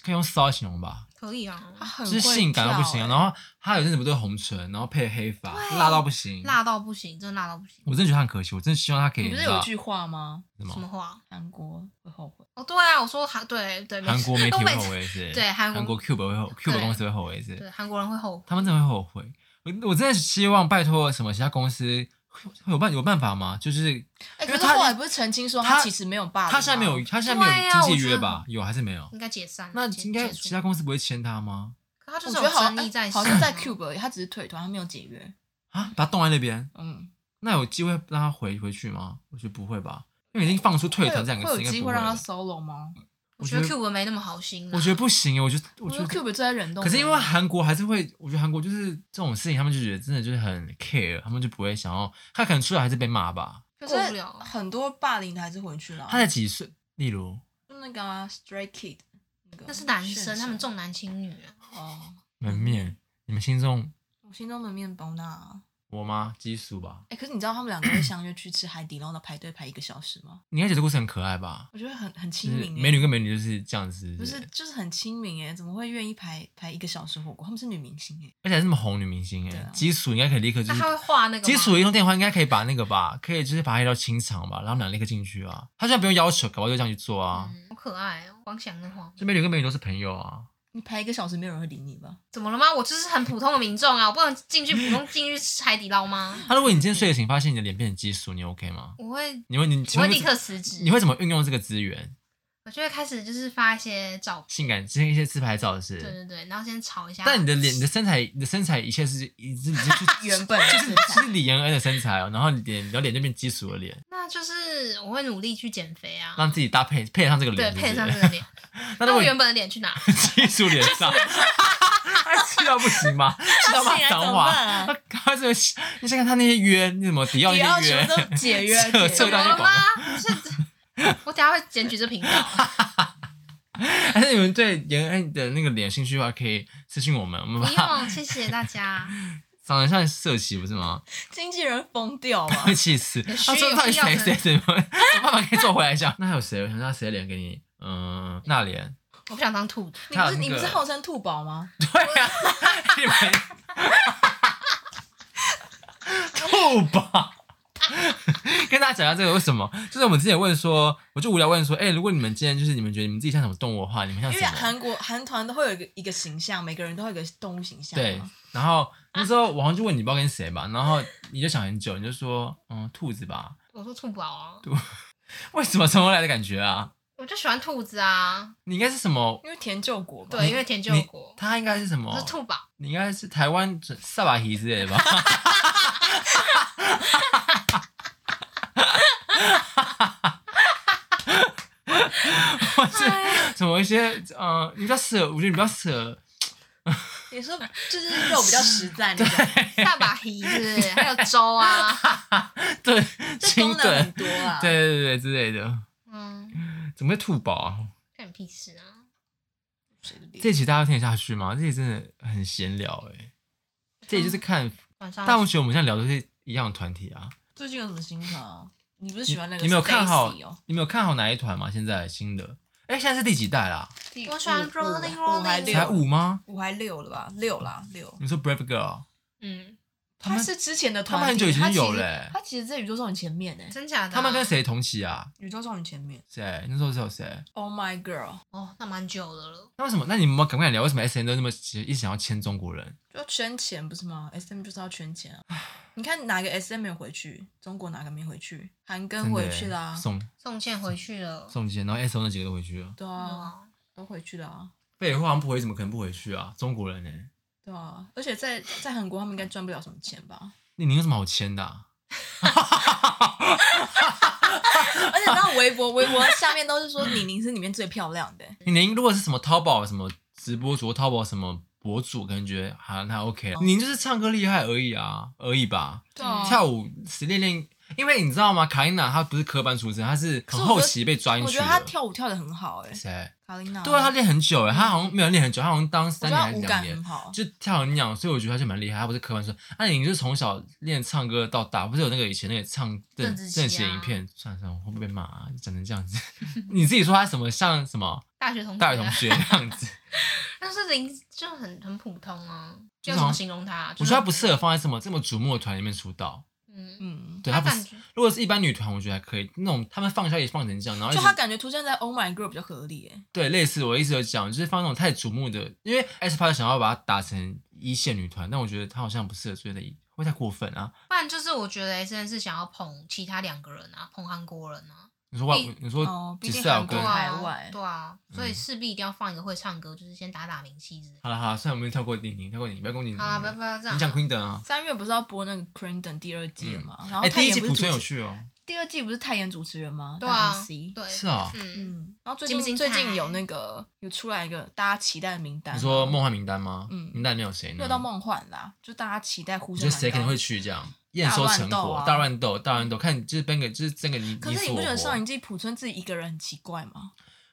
B: 可以用骚来形容吧，
C: 可以啊，
A: 他很
B: 就
A: 会
B: 是性感到不行
A: 跳
B: 啊。
A: 欸
B: 然后他有阵子不都红唇，然后配黑发，
C: 对
B: 辣到不行。
C: 辣到不行，真的辣到不行。
B: 我真的觉得他很可惜，我真的希望他可以。
A: 你不是
B: 知道
A: 有一句话吗？
B: 什
C: 什么
B: 么？
C: 话？
A: 韩国会后悔。
C: 哦，对啊，我说韩，对对，没
B: 韩
C: 事
B: 国媒体
C: 我每
B: 会
C: 次
B: 后悔是？
C: 对韩国
B: 韩国 Cube 会后 Cube 公司会后悔是？
C: 对韩国人会后悔。
B: 他们真的会后悔。我我真的希望拜托什么其他公司会会有办有办法吗？就是
A: 哎，
B: 因
A: 可
B: 为
A: 是
B: 他
A: 后来不是澄清说
B: 他
A: 他其实没有霸凌吗，
B: 他现在没有他现在没
C: 对
B: 有
C: 啊
B: 经纪
C: 我
B: 约
C: 觉得
B: 吧？有还是没有？
C: 应该解散，
B: 那
C: 解
B: 应该
C: 解除
B: 其他公司不会签他吗？
C: 可他就
A: 我
C: 是
A: 觉
C: 有
A: 得好
C: 争
A: 像
C: 议在啊
A: 哎
C: 身，
A: 好像在 Cube 而已，他只是退团，他没有解约。
B: 啊，把他冻在那边，
A: 嗯，
B: 那有机会让他回回去吗？我觉得不会吧，因为已经放出退团这两个
A: 会有
B: 字，
A: 会
B: 应
A: 有
B: 该
A: 机
B: 不
A: 会让他
B: 了。
A: solo 吗？
C: 我觉得
B: 我觉
C: Cube 没那么好心啊啦。
B: 我觉得不行，我觉得我
A: 我
B: 觉
A: 觉得
B: 得。
A: Cube 就在忍动。
B: 可是因为韩国还是会，我觉得韩国就是这种事情，他们就觉得真的就是很 care，他们就不会想要，他可能出来还是被骂吧。
A: 可
C: 过不
A: 是
C: 了啊
A: 很多霸凌的还是回去了啊。
B: 他才几岁？例如，
A: 就那个啊 Stray Kid，个
C: 那是男
A: 炫
C: 生，他们重男轻女啊。
A: 哦。
B: 门面，你们心中
A: 我心中的面包呢？
B: 我吗？激素吧？
A: 哎、可是你知道他们两个会相约去吃海底捞，的排队排一个小时吗？
B: 你应该觉得这故事很可爱吧？
A: 我觉得很很
B: 就
A: 亲
B: 是
A: 民、欸，
B: 美女跟美女就是这样子，
A: 不是
B: 对
A: 就是很亲民哎、怎么会愿意排排一个小时火锅？他们是女明星哎、
B: 而且还是那么红女明星哎、
A: 对啊
B: 激素应该可以立刻就
C: 那
B: 是
C: 他会画那个吗
B: 基础移动电话应该可以把那个吧，可以就是把黑到清场吧，然后两立刻进去啊。他现在不用要求，搞不好就这样去做啊。
C: 嗯好可爱哦，光想那画面。
B: 这美女跟美女都是朋友啊，
A: 你排一个小时，没有人会理你吧？
C: 怎么了吗？我就是很普通的民众啊，我不能进去普通进去吃海底捞吗？
B: 那、如果你今天睡醒发现你的脸变成激素，你 OK 吗？
C: 我会，
B: 你会你
C: 我
B: 请
C: 会
B: 问
C: 立刻辞职。
B: 你会怎么运用这个资源？
C: 我就会开始就是发一些照片，
B: 性感之前一些自拍照是不
C: 对啊
B: 是？
C: 对对，然后先吵一下。
B: 但你的脸、你的身材、你的身材一切是一直就是
A: 原本就是
B: 是李延恩的身材哦，然后你脸，然后脸就变基础的脸，
C: 那就是我会努力去减肥啊，
B: 让自己搭配配得上这个
C: 对，
B: 脸，是
C: 配得
B: 不
C: 上
B: 是
C: 这个脸。
B: 那如
C: 那
B: 果
C: 我
B: 你
C: 原本的脸去哪？
B: 基础脸 上， 他气到不行吗？气到骂脏话，他他这个，你想看他那些约，那什么迪奥
A: 也啊要
B: 那
A: 全
B: 些约
A: 部，都解约
B: 这，
A: 解
B: 这
C: 怎
B: 个
A: 约
B: 大
C: 么
B: 家
C: 了
B: 广
C: 吗？你是 我等一下会检举 这频道。
B: 还是你们对延恩的那个脸有兴趣的话，可以私信我们，我们
C: 不
B: 把他
C: 用，谢谢大家。
B: 长得像色旗不是吗？
A: 经纪人疯掉 嘛？
B: 会气死！
C: 也
B: 他
C: 是
B: 说
C: 有
B: 到底
C: 需要
B: 谁
C: 的
B: 谁谁，有 办法可以做回来一下？那还有谁？我想知道谁的脸给你，嗯，那脸，
C: 我不想当兔子，
A: 你不
B: 还有
A: 是
B: 那
A: 你不是
B: 个
A: 号称兔宝吗？
B: 对啊，你们吐吧。跟大家讲一下这个为什么？就是我们之前问说，我就无聊问说，哎、如果你们今天就是你们觉得你们自己像什么动物的话，你们像
A: 因为
B: 什么？
A: 韩国韩团都会有一个一个形象，每个人都会有一个动物形象嘛。
B: 对，然后那时候网上就问你不知道跟谁嘛，然后你就想很久，你就说，嗯，兔子吧？
C: 我说兔宝啊，
B: 为什么从何来的感觉啊？
C: 我就喜欢兔子啊。
B: 你应该是什么？
A: 因为田救
B: 哦
A: 国吧。
C: 对，因为田救国，
B: 他应该是什么
C: 我是？兔宝，
B: 你应该是台湾萨瓦提之类的 吧？或 是什么一些呃，你比较适合，我觉得你比较适合
A: 你 说就是肉比较实在那种，
C: 大把鱼是不是，还有粥啊，
B: 对
A: 这
B: 清
A: 功能很
B: 炖，
A: 多啊。
B: 对，对对对之类的，
C: 嗯，
B: 怎么会吐饱啊？
C: 干你屁事啊！
B: 这集大家听得下去吗？这集真的很闲聊哎、这集就是
A: 嗯
B: 看
C: 晚上
B: 大同学，我们现在聊的是一样的团体啊。
A: 最近有什么新团啊？你不是喜欢那个
B: 你没有看好
A: Stacy 哦？
B: 你没有看好哪一团吗？现在新的，哎、现在是第几代啦？
C: 我喜欢
A: 五
C: Rolling
A: 五还
C: Rolling
A: 六
B: 才五吗？
A: 五还六了吧？六啦，六。啊
B: 你说 Brave Girl，
C: 嗯，
B: 他们
A: 是之前的
B: 他
A: 团
B: 们
A: 体，
B: 很久以前
A: 他其
B: 就有
A: 实
B: 嘞、欸
A: 他其实在宇宙少女前面欸呢、
C: 真假的啊、
B: 他们跟谁同期啊？
A: 宇宙少女前面。
B: 谁？那时候是有谁？
A: Oh my girl，
C: 哦，那蛮久的了。
B: 那为什么？那你们赶快聊，为什么 S N 都那么急一直想要签中国人？
A: 就圈钱不是吗？SM 就是要圈钱啊！你看哪个 SM 没有回去？中国哪个没回去？韩
B: 真
A: 庚
B: 的
A: 回
B: 欸
A: 去啦、
B: 宋
C: 宋茜回去了，
B: 宋杰，然后 S O 那几个都回去了。
A: 对啊，
C: 哇，
A: 都回去了啊，
B: 废话，他们不回怎么可能不回去啊？中国人呢、欸？
A: 对啊。而且在在韩国，他们应该赚不了什么钱吧？
B: 你你有什么好签的、啊？
A: 而且你知道微博， 微博下面都是说李宁是里面最漂亮的欸、
B: 你您如果是什么淘宝什么直播主、淘宝什么博主，感觉还还 OK 啊。您就是唱歌厉害而已啊，而已吧。
A: 对啊
B: 跳舞实练练，因为你知道吗？卡琳娜她不是科班出身，她是
A: 可
B: 很
A: 是我
B: 后
A: 觉得
B: 期被抓进
A: 我
B: 去
A: 觉得她
B: 的。
A: 跳舞跳的很好哎、
B: 谁？
A: 卡琳娜。
B: 对啊，她练很久哎，她好像没有练很久，她好像当
A: 我
B: 三
A: 觉得她
B: 年还是
A: 舞
B: 两
A: 感
B: 年
A: 很，好。
B: 就跳很鸟，所以我觉得她就蛮厉害。她不是科班出身，那你就是从小练唱歌到大，不是有那个以前那个唱
C: 邓
B: 邓
C: 紫棋
B: 邓紫棋的
C: 啊
B: 影片？算了算了，我会不会被骂、啊？整成这样子， 你自己说她什么像什么
C: 大学同学，
B: 大学同学这样子。
C: 但是林就很很普通啊，
B: 就
C: 就是要怎么形容她？
B: 我觉得她不适合放在这么这么瞩目的团里面出道。
C: 嗯，
A: 嗯，
B: 对她不
C: 感
B: 是，
C: 觉
B: 如果是一般女团，我觉得还可以。那种他们放消也放成这样，然后一
A: 就
B: 直
A: 她感觉出现在 Oh my girl 比较合理哎、
B: 对类似我一直有讲，就是放那种太瞩目的，因为 S p a 想要把它打成一线女团，但我觉得她好像不适合追的，会太过分啊。
C: 不然就是我觉得 S N 是想要捧其他两个人啊，捧韩国人啊，
B: 你说外
C: 毕，
B: 你说
A: 哦
B: 几
A: 毕竟
B: 岁啊？
A: 韩
B: 跟
A: 国
C: 对
A: 啊海
C: 啊
A: 外，
C: 对啊，所以
B: 嗯
C: 势必一定要放一个会唱歌，就是先打打名气之类的。
B: 好了好了，算了，我们跳过丁宁，跳过你，不要攻击你。
C: 好啦，不要不要这
B: 嗯
C: 样
B: 你讲 Queen 啊？
A: 三月不是要播那个 Crandon 第二季了嘛？然后
B: 哎，
A: 泰
B: 第一
A: 妍
B: 季
A: 不
B: 朴
A: 是主
B: 春有
A: 持，
B: 趣哦，
A: 第二季不是泰妍主持人吗？
C: 对啊
A: 当 MC，
C: 对，
B: 是啊。
C: 嗯，
A: 嗯，然后最
C: 金
A: 近
C: 星
A: 最
C: 菜
A: 近有那个有出来一个大家期待的名单，
B: 你说梦幻名单吗？
A: 嗯
B: 名单里面有谁呢？
A: 啊又到梦幻啦，就大家期待呼
B: 你
A: 声。
B: 觉得谁可能会？去这样？验收成果，大
A: 大啊
B: 乱斗，大乱斗，看就是奔个就是争个你
A: 可
B: 你
A: 是
B: 死
A: 你
B: 我
A: 不觉得
B: 活
A: 上一季朴春自己一个人很奇怪吗？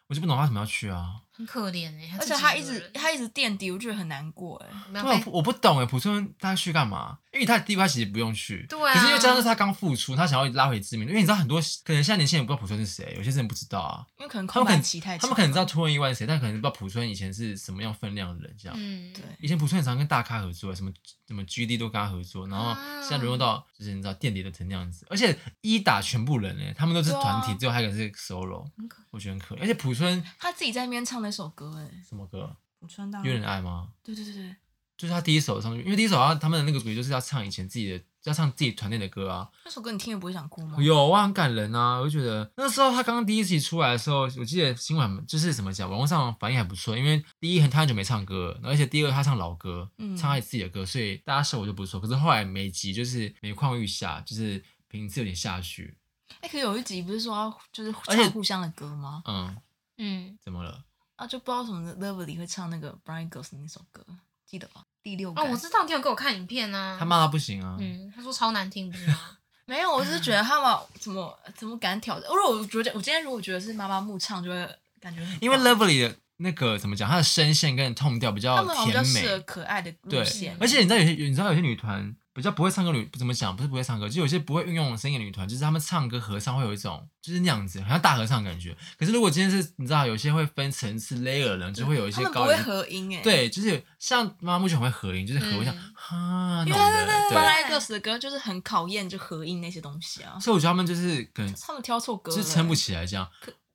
B: 我就不懂他为什么要去啊？
C: 很可怜哎，
A: 而且他一
C: 自
A: 直
C: 己个人
A: 他一直垫底，我觉得很难过哎。
C: 没
B: 对
C: 有
B: 啊，
C: 被
B: 我不懂哎，朴春他去干嘛？因为他第一他其实不用去，
C: 对啊
B: 可是因为加上是他刚复出，他想要拉回知名度，因为你知道很多可能现在年轻人不知道朴春是谁，有些人不知道啊，
A: 因为可能
B: 他
A: 空
B: 们可
A: 白
B: 能
A: 期太
B: 他
A: 长
B: 们可能知道 t w i 万谁，但可能不知道朴春以前是什么样分量的人这样。
C: 嗯
A: 对，
B: 以前朴春很常跟大咖合作，啊什么什么 GD 都跟他合作，然后
C: 啊
B: 现在沦落到就是你知道垫底的成那样子，而且一打全部人哎，他们都是团体，
A: 对啊
B: 只有他一个是 solo，
C: 很可
B: 我觉得很可怜。而且朴春
A: 他自己在那边唱那首歌哎，
B: 什么歌？
A: 朴春到
B: 有点爱吗？
A: 对对对对，
B: 就是他第一首上去，因为第一首他他们的那个主题就是要唱以前自己的，要唱自己团队的歌啊。
A: 那首歌你听了不会想哭吗？
B: 有啊，很感人啊！我就觉得那时候他刚第一期出来的时候，我记得新闻就是怎么讲，网络上反应还不错，因为第一很他很久没唱歌了，而且第二他唱老歌，
A: 嗯
B: 唱他自己的歌，所以大家效果就不错。可是后来每集就是每况愈下，就是频次有点下去。
A: 哎，可有一集不是说要就是
B: 而且
A: 唱互相的歌吗？
B: 嗯，
C: 嗯，
B: 怎么了？
A: 啊，就不知道什么 Lovely 会唱那个 Brian Girls 那首歌，记得吧？第六
C: 哦，
A: 感。
C: 我知道你有给我看影片啊，
B: 他骂他不行啊！
C: 嗯，他说超难听，不是 吗？
A: 没有，我只是
C: 啊
A: 觉得他们怎么怎么敢挑战。如果我觉得我今天如果觉得是妈妈木唱，就会感觉很
B: 因为
A: 棒
B: Lovely 的那个怎么讲，他的声线跟痛调比较
A: 他们好像比较
B: 甜美
A: 适，合可爱的
B: 对
A: 路线，
B: 而且你知道有些，你知道有些女团比较不会唱歌女，怎么讲？不是不会唱歌，就有些不会运用声音的女团，就是她们唱歌合唱会有一种就是那样子，好像大合唱的感觉。可是如果今天是你知道，有些会分层次 layer 的人，就会有
A: 嗯
B: 一
A: 他
B: 些
A: 们不
B: 高
A: 会
B: 音。
A: 合音哎。
B: 对，就是像妈目前会合音，就是合一下
C: 嗯
B: 哈那
A: 因
B: 种
A: 为
B: 的。对，
A: ，Brian Girls 的歌就是很考验就合音那些东西啊。
B: 所以我觉得他们就是可能
A: 他们挑错歌
B: 就
A: 了，欸
B: 是撑不。起来这样，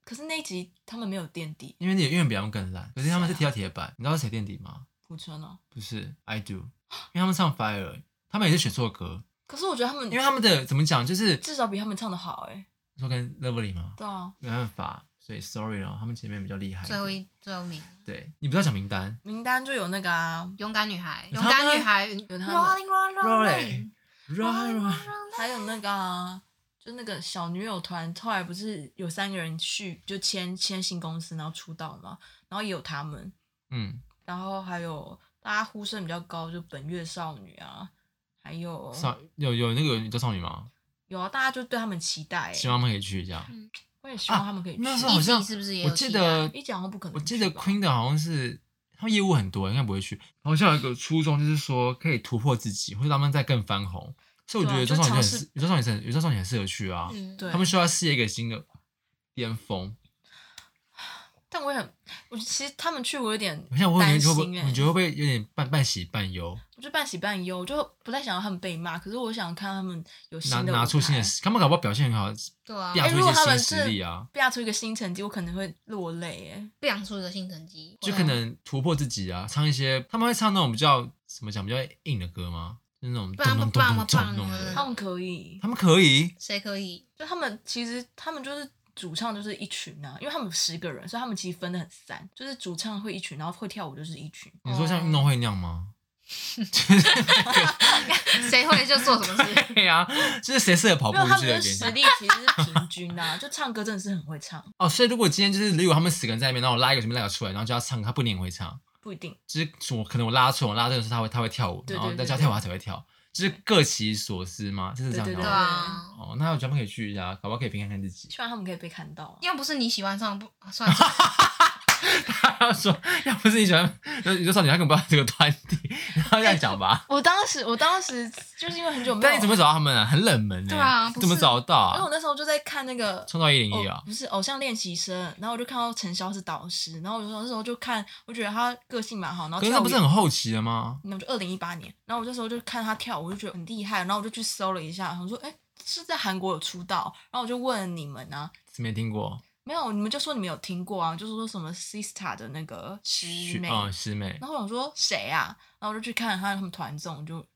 A: 可是那一集他们没有垫底，
B: 因为你因为比他们更烂，可是他们是踢到铁板。你知道是谁垫底吗？
A: 朴春哦。
B: 不是 I do，因为他们唱 Fire，他们也是选错歌，
A: 可是我觉得他们
B: 因为他们的怎么讲，就是
A: 至少比他们唱的好哎。
B: 说跟 Lovely 吗？
A: 对啊，
B: 没办法，所以 sorry 咯，他们前面比较厉害。
C: 最后一最后一名，
B: 对你不要讲名单，
A: 名单就有那个啊，
C: 勇敢女孩，
B: 有
C: 勇
B: 他吗
C: 敢女孩
A: 有他们
C: ，Rolling Rolling Rolling，
A: 还有那个啊，就那个小女友团，后来不是有三个人去就签签新公司，然后出道嘛，然后也有他们，
B: 嗯，
A: 然后还有大家呼声比较高，就本月少女啊，还有
B: 少有有那个宇宙少女吗？
A: 有啊，大家就对他们期待、
B: 希
A: 欸，
B: 望他们可以去这样。
A: 我也希望他们可以去。
B: 那时候好
C: 一
B: 像
C: 季是不是也有
B: 我
C: 期
B: 记
C: 待
B: 得嗯
A: 啊一讲话不可能
B: 我
A: 去吧，
B: 记得 Queen 的好像是他们业务很多，应该不会去。好像有一个初衷就是说可以突破自己，或者他们再更翻红。所以我觉得宇宙
A: 对啊
B: 少女
A: 就
B: 很
A: 尝
B: 适，宇宙少女很宇宙少女很适合去啊。
C: 嗯，
A: 对
B: 他们需要事业一个新的巅峰。
A: 但我也很，我其实他们去我有点
B: 我想问
A: 担
B: 你会不会，
A: 心哎、
B: 你觉得会不会有点半半喜半忧？
A: 我就半喜半忧，我就不太想要他们被骂，可是我想看他们有新
B: 拿
A: 的
B: 拿出新的
A: 舞台，
B: 他们搞不好表现很好，
C: 对啊，
B: 变
A: 哎
B: 出
A: 如
B: 一
A: 果
B: 些
A: 他
B: 新
A: 们
B: 实
A: 是
B: 力啊，
A: 不要出一个新成绩，我可能会落泪哎、
C: 不想出一个新成绩，啊
B: 就
A: 嗯
B: 可能突破自己啊，唱一些他们会唱那种比较怎么讲比较硬的歌吗？就是那种咚咚咚
A: 啊
B: 咚咚咚
C: 嗯
A: 他
B: 的，
A: 们可以，
B: 他们可以
C: 谁可以？
A: 就他们其实他们就是主唱就是一群啊，因为他们有十个人，所以他们其实分的很散，就是主唱会一群，然后会跳舞就是一群。
B: 你说像运动会那 样吗？
C: 谁会就做什 么事？
B: 对呀、啊，就是谁适合跑步
A: 没有，他
B: 就
A: 们
B: 有
A: 的
B: 点
A: 实力其实是平均的、啊，就唱歌真的是很会唱，
B: 哦。所以如果今天就是如果他们死个人在那边，然后我拉一个什么拉一个出来，然后叫他唱歌，他不一定会唱。
A: 不一定。
B: 就是我可能我拉错，我拉这个时候他会他会跳舞，
A: 对对
B: 然后
A: 对
B: 再教
A: 对
B: 跳舞他才会跳，就是各其所思嘛，就是这样
A: 对
B: 的
C: 对
A: 对
B: 吗。
C: 啊，
B: 哦，那我觉得他们可以去一下，搞不好可以评看看自己。
A: 希望他们可以被看到啊、
C: 要不是你喜欢上，不啊算了，
B: 他说要不是你喜欢， 你就少女，他根本不知道这个团体， 然后这样讲吧。
A: 我当时，我当时就是因为很久没有，
B: 但你怎么会找到他们啊？很冷门呢、
C: 对啊不是
B: 怎么找到
A: 因为
B: 啊
A: 我？那时候就在看那个
B: 创造一零一
A: 哦
B: 啊，，
A: 不是偶像练习生，然后我就看到陈潇是导师，然后我就那时候就看，我觉得他个性蛮好，然后
B: 可是
A: 跳
B: 那
A: 舞
B: 不是很后期的吗？
A: 那我就二零一八年，然后我那时候就看他跳舞，我就觉得很厉害，然后我就去搜了一下，我说哎是在韩国有出道，然后我就问你们啊，
B: 是没听过
A: 没有，你们就说你们有听过啊，就是说什么 Sista 的那个师妹，
B: 啊、嗯，师妹
A: 然后我想说谁啊，然后我就去看他他们团综，就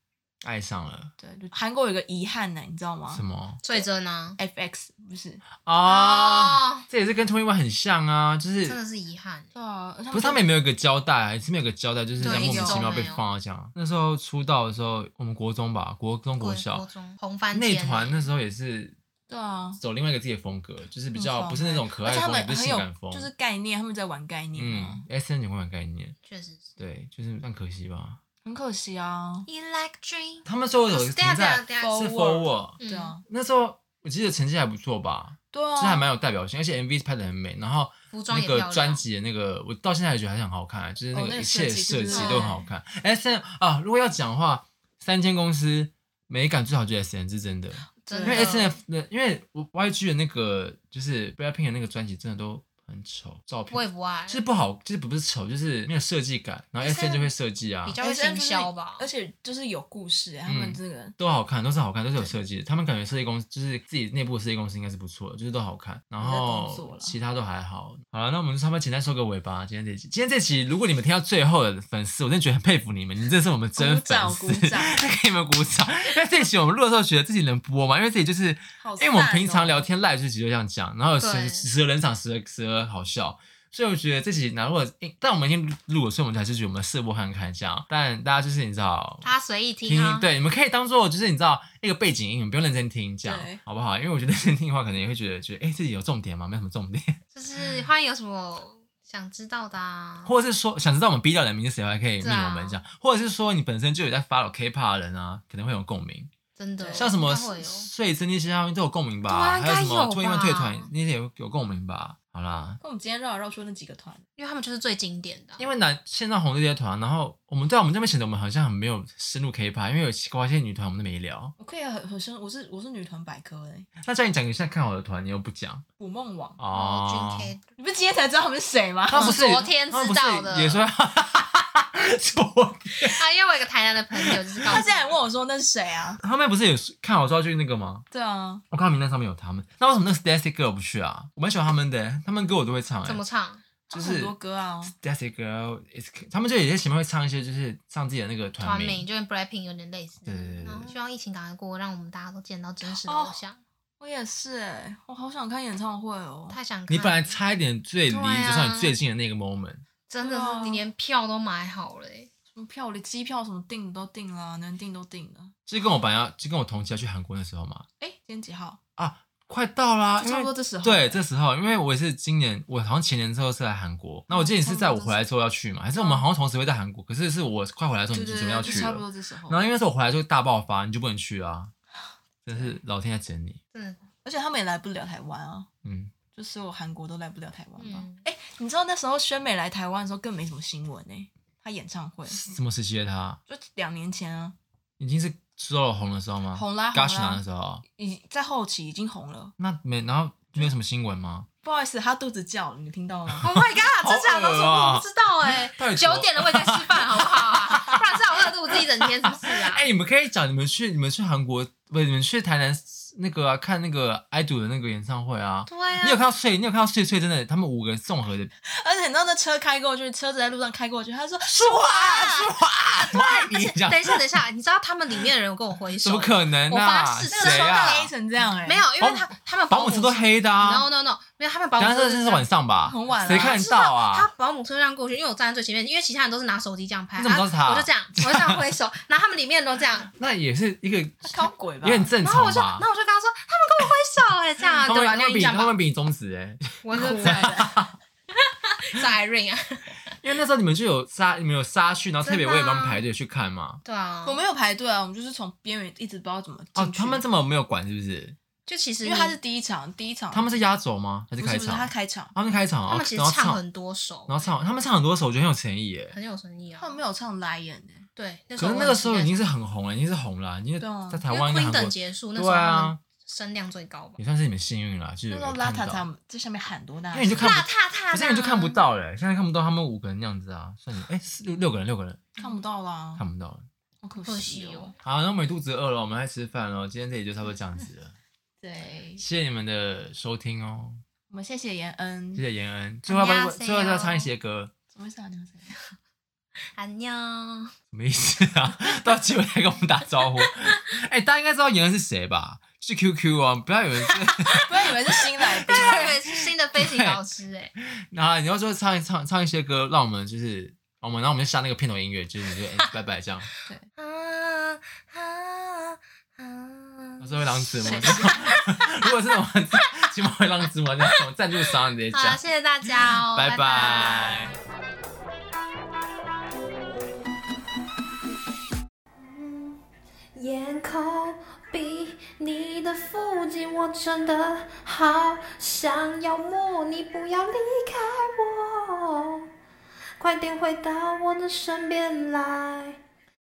B: 爱上了
A: 对，就韩国有一个遗憾呢、你知道吗
B: 什么
C: 最真啊！
A: ？FX 不是，
B: 啊？
C: 哦，
B: 这也是跟 Twenty One 很像啊，就
C: 真的
B: 是
C: 是遗憾。
A: 对啊，
B: 不是他们也没有一个交代啊，也是没有一个交代，就是
C: 对
B: 这样莫
A: 一直
B: 名
A: 都
B: 其妙
C: 没
B: 被
C: 有
B: 放到这样。那时候出道的时候，我们国中吧，国中国
C: 国
B: 小
C: 中红番
B: 那
A: 啊
C: 间
B: 团那时候也是
A: 对啊，
B: 走另外一个自己的风格，就是比
A: 很
B: 较
A: 爽
B: 不是那种可
A: 而
B: 爱
A: 且他
B: 风，也
A: 们
B: 不是
A: 很
B: 性
A: 有
B: 感风，
A: 就是概念，他们在玩概念、啊，
B: 嗯，S N 也会玩概念，
C: 确实是。
B: 对，就是很可惜吧。
A: 很可惜啊。
C: Electric，
B: 他们说有停
C: 哦等一下
B: 在
C: 等一下
A: 等一
B: 是
A: 下
B: forward，
C: 嗯
A: 对啊，
B: 那时候我记得成绩还不错吧，
A: 对啊，
B: 就是还蛮有代表性，而且 MV 拍的很美，然后
C: 服装
B: 那
C: 哦也漂
B: 个
C: 亮
B: 专辑的那个我到现在还觉得还是很好看，就是那
A: 哦那
B: 个
A: 个
B: 一切
A: 设
B: 设
A: 计
B: 计
A: 真的
B: 都很好看。S N 啊，如果要讲的话，三间公司美感最好就是 S N 是真的，
C: 真
B: 因
C: 的
B: 为 S N F 的因为我 Y G 的那个就是 Blackpink 的那个专辑真的都很丑，照片
C: 我也不爱，
B: 就是不好，就是不是丑，就是没有设计感。然后 S N 就会设计啊
C: 比，较会行销吧
A: 而。且就是有故事、欸他
B: 嗯
A: 们这个。
B: 都好看，都是好看，都是有设计的。他们感觉设计公司就是自己内部的设计公司应该是不错的，就是都好看。然
A: 有在动作
B: 后
A: 啦
B: 其他都还好。好了，那我们就差不多简单收个尾吧。今天这集，今天这集，如果你们听到最后的粉丝，我真的觉得很佩服你们，你们真的是我们真
A: 鼓掌
B: 粉丝，
A: 鼓 掌
B: 给你们鼓掌。因为这集我们录的时候觉得自己能播吗？因为自己就是，
A: 好
B: 因为我们
A: 散
B: 平常
A: 哦
B: 聊天 live 就集就这样讲，然后有
C: 对
B: 时时而冷场，时而时而好笑。所以我觉得这集拿如果，诶但我们已经录了，所以我们还是觉得我们试播看看这样。但大家就是你知道，
C: 他随意听啊
B: 听，，对，你们可以当做就是你知道一个背景音，你们不用认真听，这样
A: 对
B: 好不好？因为我觉得认真听的话，可能也会觉得觉得哎、自己有重点吗？没有什么重点，
C: 就是欢迎有什么想知道的啊，
B: 或者是说想知道我们 B 掉人名是谁，还可以
C: 对
B: 命
C: 啊
B: 我们这样，或者是说你本身就有在 follow K-pop 的人啊，可能会有共鸣，
C: 真的
B: 像什么
C: 应该会有
B: 碎针那些他们都有共鸣
C: 对啊
B: 吧，
C: 应
B: 还
C: 该
B: 有什么
C: 有
B: 做英文退
C: 吧
B: 团那些有有共鸣吧。好啦，
A: 跟我们今天绕来绕去那几个团，
C: 因为他们就是最经典的啊，
B: 因为男现在红的这些团，然后我们在我们这边显得我们好像很没有深入 K-pop，因为有发现女团我们都没聊。
A: 我可以很很深，我是我是女团百科哎、
B: 那叫你讲一下看好的团，你又不讲
A: 捕梦网，
B: 哦。
C: 军 K
A: 你不是今天才知道他们是谁吗？
B: 他不是
C: 昨天知道的
B: 他不是 也说昨天
C: 啊，因为我有一个台南的朋友就是告
A: 他
C: 诉
A: 竟然问我说那是谁啊？
B: 他们不是有看好之后去那个吗？
A: 对啊，
B: 我看到名单上面有他们，那为什么那个 Stacy Girl 不去啊？我蛮喜欢他们的、他们歌我都会唱、
C: 怎么
B: 欸。
C: 唱，
A: 他们
B: 就是
A: 很多歌啊，
B: Stacy Girl is，他们就有些前面会唱一些，就是唱自己的那个
C: 团
B: 团
C: 名
B: 名。
C: 就跟 Blackpink 有点类似
B: 对对对。
C: 然后希望疫情赶快过，让我们大家都见到真实的
A: 哦
C: 偶像。
A: 我也是哎、我好想看演唱会哦。
C: 太想看
B: 你本来差一点最离
C: 对啊
B: 就上你最近的那个 moment，
C: 真的
A: 对
C: 是
A: 啊
C: 你连票都买好了欸，
A: 什么票，我的机票什么订的都订了啊，能订都订了。
B: 就是跟我本来要，就跟我同期要去韩国的时候嘛，
A: 哎、今天几号？
B: 啊，快到啦，因
A: 差
B: 为
A: 不多这时候。
B: 对，这时候，因为我也是今年，我好像前年之后是来韩国，
A: 哦
B: 那我记得你是在我回来之后要去嘛，还是我们好像同时会在韩国，可是是我快回来的时候
A: 对
B: 你就
A: 对
B: 准备要
A: 对，
B: 去
A: 就差不多
B: 了，
A: 这时候
B: 然。后因为是我回来就大爆发，你就不能去啊，真是老天在整你，
C: 真的
A: 而且他们也来不了台湾啊，
B: 嗯，
A: 就是我韩国都来不了台湾吧
C: 嗯？
A: 哎、你知道那时候宣美来台湾的时候更没什么新闻呢、她演唱会
B: 什么时期的他
A: 就两年前啊，
B: 已经是 solo 红的时候吗？
A: 红啦
B: g a
A: 红
B: s h
A: 啦
B: 的时候，
A: 已在后期已经红了，
B: 那没然后没有什么新闻吗？
A: 不好意思，他肚子叫了，你听到了吗？
C: Oh my god！这场都是
B: 好恶
C: 我
B: 啊
C: 不知 道哎、
B: 太久
C: 九点了我也在吃饭，好不好啊？不然这样我饿肚子一整天，是不是啊？
B: 哎、你们可以讲你们去你们去韩国，不是你们去台南那个、啊、看那个 idol 的那个演唱会啊。
C: 对啊
B: 你有，看到睡？你有看到睡睡？真的，他们五个综合的，
A: 而且你知道那车开过去，车子在路上开过去，他说啊
B: 舒华，舒华，我 爱
C: 啊而
B: 你
C: 且
B: 这样
C: 等一下，等一下，你知道他们里面的人有跟我挥手？
B: 怎么可能
C: 我
B: 啊？
C: 发誓
A: 那个
B: 谁
A: 窗
B: 啊
A: 户？黑成这样哎、
C: 没有，因为他他们
B: 保
C: 姆
B: 姆车都黑的
C: ，no
B: 啊！
C: no no，没有，他们保
B: 等
C: 姆
B: 下
C: 车
B: 这是晚上吧？
A: 很晚了
B: 谁看得到
C: 他
B: 啊？
C: 保姆车让过去，因为我站在最前面，因为其他人都是拿手机这样拍，
B: 你怎么知道是他
C: 啊我就这样，我就这样挥手，然后他们里面都这样，
B: 那也是一个
A: 他搞鬼吧
B: 有？点正
C: 然后
B: 常
C: 我就，
B: 吧
C: 然？后我就跟他说，他们跟我挥手哎、这样啊
B: 他
C: 对
B: 们
C: 吧？
B: 他
C: 你
B: 们
C: 有印
B: 比
C: 象
B: 他
C: 吧？
B: 们比你忠实哎，
C: 我就
A: 哭
C: 在
A: 了
C: 在 Irene 啊，
B: 因为那时候你们就有杀，你们有杀去，然后特别
C: 真的啊
B: 为他们排队去看嘛。
C: 对啊，
A: 我没有排队啊，我们就是从边缘一直不知道怎么进
B: 哦，
A: 去、
B: 他们这么没有管是不是？
C: 就其实
A: 因为他是第一场，第一场
B: 他们是压轴吗？还是
A: 不是
B: 开
A: 不是
B: 场？
A: 他开场，
B: 他们开场，哦
C: 他们其实
B: 然后
C: 唱
B: 唱，
C: 很多首，
B: 然后唱，他们唱很多首，我觉得很有诚意耶。
C: 很有诚意啊
A: 他。们没有唱 Lion 哎、
C: 对，那时
B: 可
C: 候
B: 是那个时候已经是很红了，已经是红了，已经是
A: 对啊
B: 在台
C: 我
B: 湾
C: 很期待
B: 跟韩
C: 因为 Queen 等
B: 国，
C: 结束，那时
B: 对
C: 候他们
B: 啊，
C: 声量最高吧。
B: 也算是你们幸运啦，就
A: 那
B: 是有
A: 时候邋
B: 看
A: 遢
B: 到。
A: 他们在下面喊多大
B: 因
A: 声？
B: 为你就看
C: 那
B: 不，
C: 踏踏，
B: 可是你就看不。到了，现在看不到他们五个人那样子啊，算你哎四六六个人，六个人
A: 看不到啦，
B: 看不到了。
A: 好可
C: 可惜
A: 哦
C: 哦。，
B: 好，那我们也肚子饿了，我们来吃饭喽。今天这里就差不多这样 子了，
A: 对，
B: 谢谢你们的收听哦，
A: 我们谢谢延恩
B: 谢，谢延恩。最后要不要
C: 안녕하세요
B: 最后要
A: 哦
B: 不要唱一些歌？
A: 怎么会是你们 谁？
C: 安妞，
B: 什么意思啊？ 到结尾来跟我们打招呼。哎，大家应该知道延恩是谁吧？是 QQ 啊，不要以 为是。
A: 不要以为是新来宾，
B: 啊
C: 他以为是新的飞行老师哎，
B: 那你要说唱一唱唱一些歌，让我们就是我们，然后我们就下那个片头音乐，就是你就、哎拜拜这样。
C: 啊啊啊
B: 那！是会浪子吗
C: 谁？
B: 如果是那种 起码会浪子吗？那种赞助商你直接
C: 好，
B: 讲。
C: 谢谢大家哦，
B: 拜
C: 拜
B: 拜。
D: 眼口比你的附近，我真的好想要摸你，不要离开我，快点回到我的身边来。